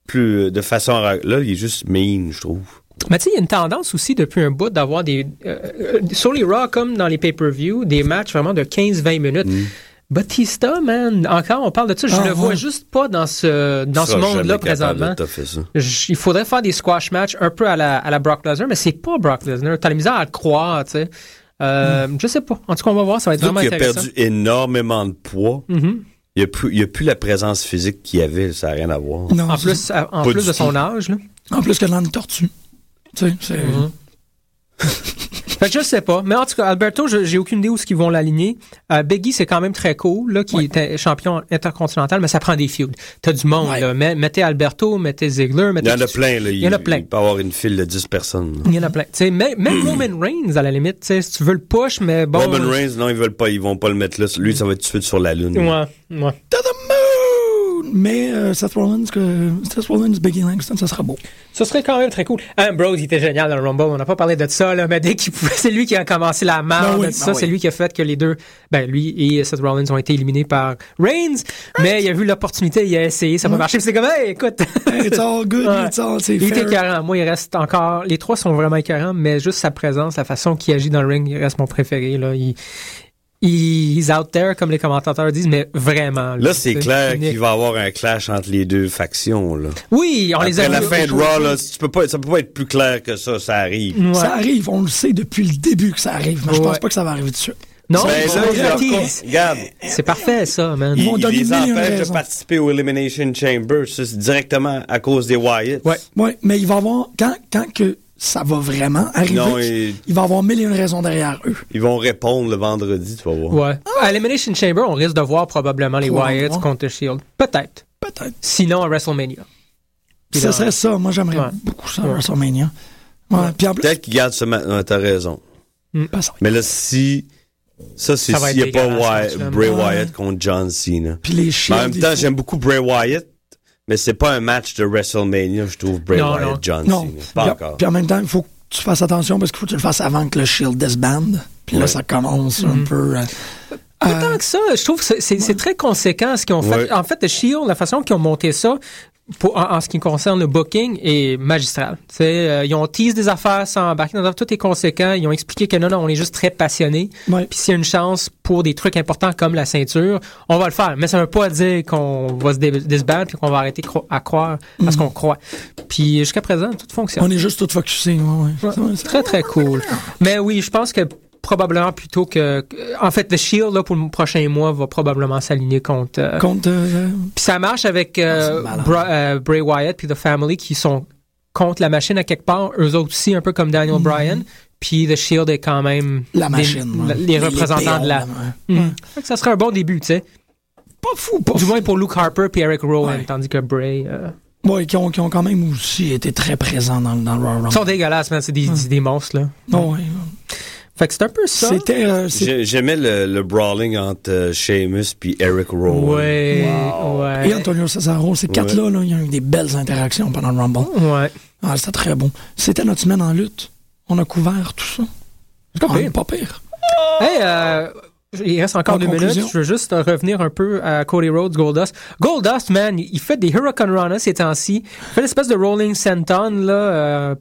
Speaker 6: plus euh, de façon... ra- Là, il est juste mean, je trouve.
Speaker 7: Mais tu sais, il y a une tendance aussi depuis un bout d'avoir des. euh, euh, sur les Raw comme dans les pay-per-view, des matchs vraiment de 15-20 minutes.
Speaker 6: Mm.
Speaker 7: Batista, man, encore, on parle de ça. Je
Speaker 5: Ah,
Speaker 7: le vois
Speaker 5: ouais.
Speaker 7: juste pas dans ce, dans
Speaker 6: Tu
Speaker 7: ce
Speaker 6: seras
Speaker 7: monde-là
Speaker 6: jamais capable
Speaker 7: présentement.
Speaker 6: de toffer ça.
Speaker 7: Je- il faudrait faire des squash matchs un peu à la, à la Brock Lesnar, mais c'est pas Brock Lesnar. T'as la misère à le croire, tu sais. Euh,
Speaker 5: Mm.
Speaker 7: Je sais pas. En tout cas, on va voir. Ça va être
Speaker 6: Surtout
Speaker 7: vraiment
Speaker 6: qu'il a
Speaker 7: intéressant. Mm-hmm.
Speaker 6: perdu énormément de poids. Il n'y a, plus- il a plus la présence physique qu'il avait. Ça n'a rien à voir.
Speaker 5: Non,
Speaker 7: En
Speaker 5: c'est ça.
Speaker 7: plus, euh,
Speaker 6: Pas
Speaker 7: en plus
Speaker 6: du
Speaker 7: de son
Speaker 6: tout.
Speaker 7: âge, là.
Speaker 5: En plus que dans une tortue. Tu sais, c'est.
Speaker 7: Mm-hmm. Fait que je sais pas. Mais en tout cas, Alberto, je- j'ai aucune idée où ce qu'ils vont l'aligner. Euh, Biggie, c'est quand même très cool, là, qui était champion intercontinental, mais ça prend des feuds. T'as du monde,
Speaker 5: Ouais.
Speaker 7: là. Met- mettez Alberto, mettez Ziggler,
Speaker 6: Il
Speaker 7: mettez...
Speaker 6: y en a plein. Là.
Speaker 7: Il y en a plein.
Speaker 6: Il peut avoir une file de 10 personnes.
Speaker 7: Il y en a plein. Tu sais, même,
Speaker 6: (clears throat)
Speaker 7: même Roman Reigns, à la limite, tu sais, si tu veux le push, mais bon... euh,
Speaker 6: Roman Reigns, non, ils veulent pas, ils vont pas le mettre là. Lui, ça va être tout de suite sur la lune.
Speaker 7: Ouais, ouais.
Speaker 5: To the moon! Mais euh, Seth Rollins, que, Seth Rollins, Biggie Langston, ça sera beau.
Speaker 7: Ce serait quand même très cool. Ambrose, il était génial dans le Rumble. On n'a pas parlé de ça, là, mais dès qu'il pouvait, (laughs) c'est lui qui a commencé la marre
Speaker 5: Ben oui,
Speaker 7: de ça.
Speaker 5: ben
Speaker 7: C'est
Speaker 5: oui.
Speaker 7: lui qui a fait que les deux, ben, lui et Seth Rollins ont été éliminés par Reigns. Mais il a vu l'opportunité, il a essayé, ça n'a pas marché. puis C'est comme,
Speaker 5: (laughs)
Speaker 7: hey, écoute.
Speaker 5: It's all good,
Speaker 7: Ouais.
Speaker 5: it's all, c'est
Speaker 7: Il était
Speaker 5: fair.
Speaker 7: écœurant. Moi, il reste encore. Les trois sont vraiment écœurants, mais juste sa présence, la façon qu'il agit dans le ring, il reste mon préféré, là. Il, il- he's out there, comme les commentateurs disent, mais vraiment.
Speaker 6: Là, c'est clair
Speaker 7: unique.
Speaker 6: qu'il va y avoir un clash entre les deux factions. Là.
Speaker 7: Oui, on
Speaker 6: Après
Speaker 7: Ah, les a
Speaker 6: la
Speaker 7: vus-
Speaker 6: fin de Raw, là, tu peux pas, ça peut pas être plus clair que ça, ça arrive.
Speaker 7: Ouais.
Speaker 5: Ça arrive, on le sait depuis le début que ça arrive, mais je pense
Speaker 7: Ouais.
Speaker 5: pas que ça va arriver tout de suite.
Speaker 7: Non,
Speaker 6: Ben,
Speaker 7: c'est
Speaker 6: là,
Speaker 7: un
Speaker 6: il leur
Speaker 7: tease.
Speaker 6: con- regarde,
Speaker 7: c'est parfait, ça, man.
Speaker 6: il,
Speaker 5: vont
Speaker 6: il
Speaker 5: donner
Speaker 6: les
Speaker 5: mille et une
Speaker 6: empêche de
Speaker 5: raisons.
Speaker 6: participer au Elimination Chamber ça, c'est directement à cause des Wyatt.
Speaker 7: Ouais.
Speaker 5: Oui, mais il va avoir, quand, quand que ça va vraiment arriver,
Speaker 6: Non, et-
Speaker 5: il va avoir mille et une raisons derrière eux.
Speaker 6: Ils vont répondre le vendredi, tu vas voir.
Speaker 7: Ouais. À Elimination Chamber, on risque de voir probablement les
Speaker 5: Trois
Speaker 7: Wyatts
Speaker 5: endroits.
Speaker 7: contre The Shield. Peut-être.
Speaker 5: Peut-être.
Speaker 7: Sinon, à WrestleMania. Puis
Speaker 5: Ce
Speaker 7: dans-
Speaker 5: serait ça, moi j'aimerais
Speaker 7: Ouais.
Speaker 5: beaucoup ça, WrestleMania. Ouais, puis en plus,
Speaker 6: Peut-être qu'ils gardent ce match. t'as raison.
Speaker 5: ben, ça va être-
Speaker 6: Mais là, si. Ça, c'est
Speaker 7: Ça va
Speaker 6: s'il n'y
Speaker 7: être
Speaker 6: a pas
Speaker 7: dégueulasse,
Speaker 6: Wy-
Speaker 7: là.
Speaker 6: Bray
Speaker 5: Ouais.
Speaker 6: Wyatt contre John Cena.
Speaker 5: puis les
Speaker 6: Mais
Speaker 5: chiens.
Speaker 6: en même temps, j'aime beaucoup Bray Wyatt, mais c'est pas un match de WrestleMania, je trouve, Bray
Speaker 7: Non,
Speaker 6: Wyatt,
Speaker 7: non.
Speaker 6: John
Speaker 5: Non,
Speaker 6: Cena.
Speaker 5: Puis-
Speaker 6: Pas encore.
Speaker 5: Puis en même temps, il faut que tu fasses attention parce qu'il faut que tu le fasses avant que le Shield disbande. Puis là,
Speaker 6: Ouais.
Speaker 5: ça commence
Speaker 7: Mhm.
Speaker 5: un peu. euh,
Speaker 7: Pas tant que ça, je trouve que c'est- c'est c'est très conséquent ce qu'ils ont
Speaker 6: Ouais.
Speaker 7: fait. En fait, The Shield, la façon qu'ils ont monté ça, pour- en, en ce qui concerne le booking, est magistral. Tu sais, euh, ils ont teasé des affaires sans embarquer dans tout est conséquent. Ils ont expliqué que non, non, on est juste très passionné.
Speaker 5: Ouais.
Speaker 7: Puis s'il y a une chance pour des trucs importants comme la ceinture, on va le faire. Mais ça veut pas dire qu'on va se dé- disbandre puis qu'on va arrêter cro- à croire parce qu'on croit. Puis jusqu'à présent, tout fonctionne.
Speaker 5: Mm. On est juste tout focusé. ouais, ouais.
Speaker 7: Ouais,
Speaker 5: C'est vrai,
Speaker 7: c'est
Speaker 5: ça.
Speaker 7: très très cool. Mais oui, je pense que probablement plutôt que en fait The Shield là pour le prochain mois va probablement s'aligner contre euh,
Speaker 5: Contre, euh,
Speaker 7: puis ça marche avec euh,
Speaker 5: Ah, c'est malade.
Speaker 7: Bra- euh, Bray Wyatt puis The Family qui sont contre la machine à quelque part, eux autres aussi un peu comme Daniel Bryan, puis The Shield est quand même
Speaker 5: Mm. la
Speaker 7: des-
Speaker 5: machine. ouais.
Speaker 7: la- les, représentants de la
Speaker 5: péons, ouais.
Speaker 7: Mhm. Fait que Ça serait un bon début, tu sais.
Speaker 5: Pas fou, pas
Speaker 7: Du
Speaker 5: fou.
Speaker 7: moins pour Luke Harper puis Eric Rowan,
Speaker 5: Ouais.
Speaker 7: tandis que Bray euh,
Speaker 5: Ouais, qui, ont, qui ont quand même aussi été très présents dans, le- dans le Royal
Speaker 7: ils
Speaker 5: Rumble.
Speaker 7: sont dégueulasses, man, c'est des, des- des monstres là.
Speaker 5: Ouais, ouais.
Speaker 7: Fait que c'est un peu ça.
Speaker 5: C'était. euh, c'est-
Speaker 6: J'ai- J'aimais le, le brawling entre euh, Sheamus puis Eric Rowan.
Speaker 7: Ouais, ouais.
Speaker 5: Et Antonio Cesaro, ces quatre-là, là, il y a eu des belles interactions pendant le Rumble.
Speaker 7: Ouais.
Speaker 5: Ah, c'était très bon. C'était notre semaine en lutte. On a couvert tout ça. C'est
Speaker 7: pire.
Speaker 5: pas pire.
Speaker 7: Hey, euh, il reste encore
Speaker 5: En
Speaker 7: deux
Speaker 5: conclusion.
Speaker 7: minutes. Je veux juste euh, revenir un peu à Cody Rhodes, Goldust. Goldust, man, il fait des Hurricane Rana ces temps-ci. Il fait l'espèce de Rolling Senton, là, euh,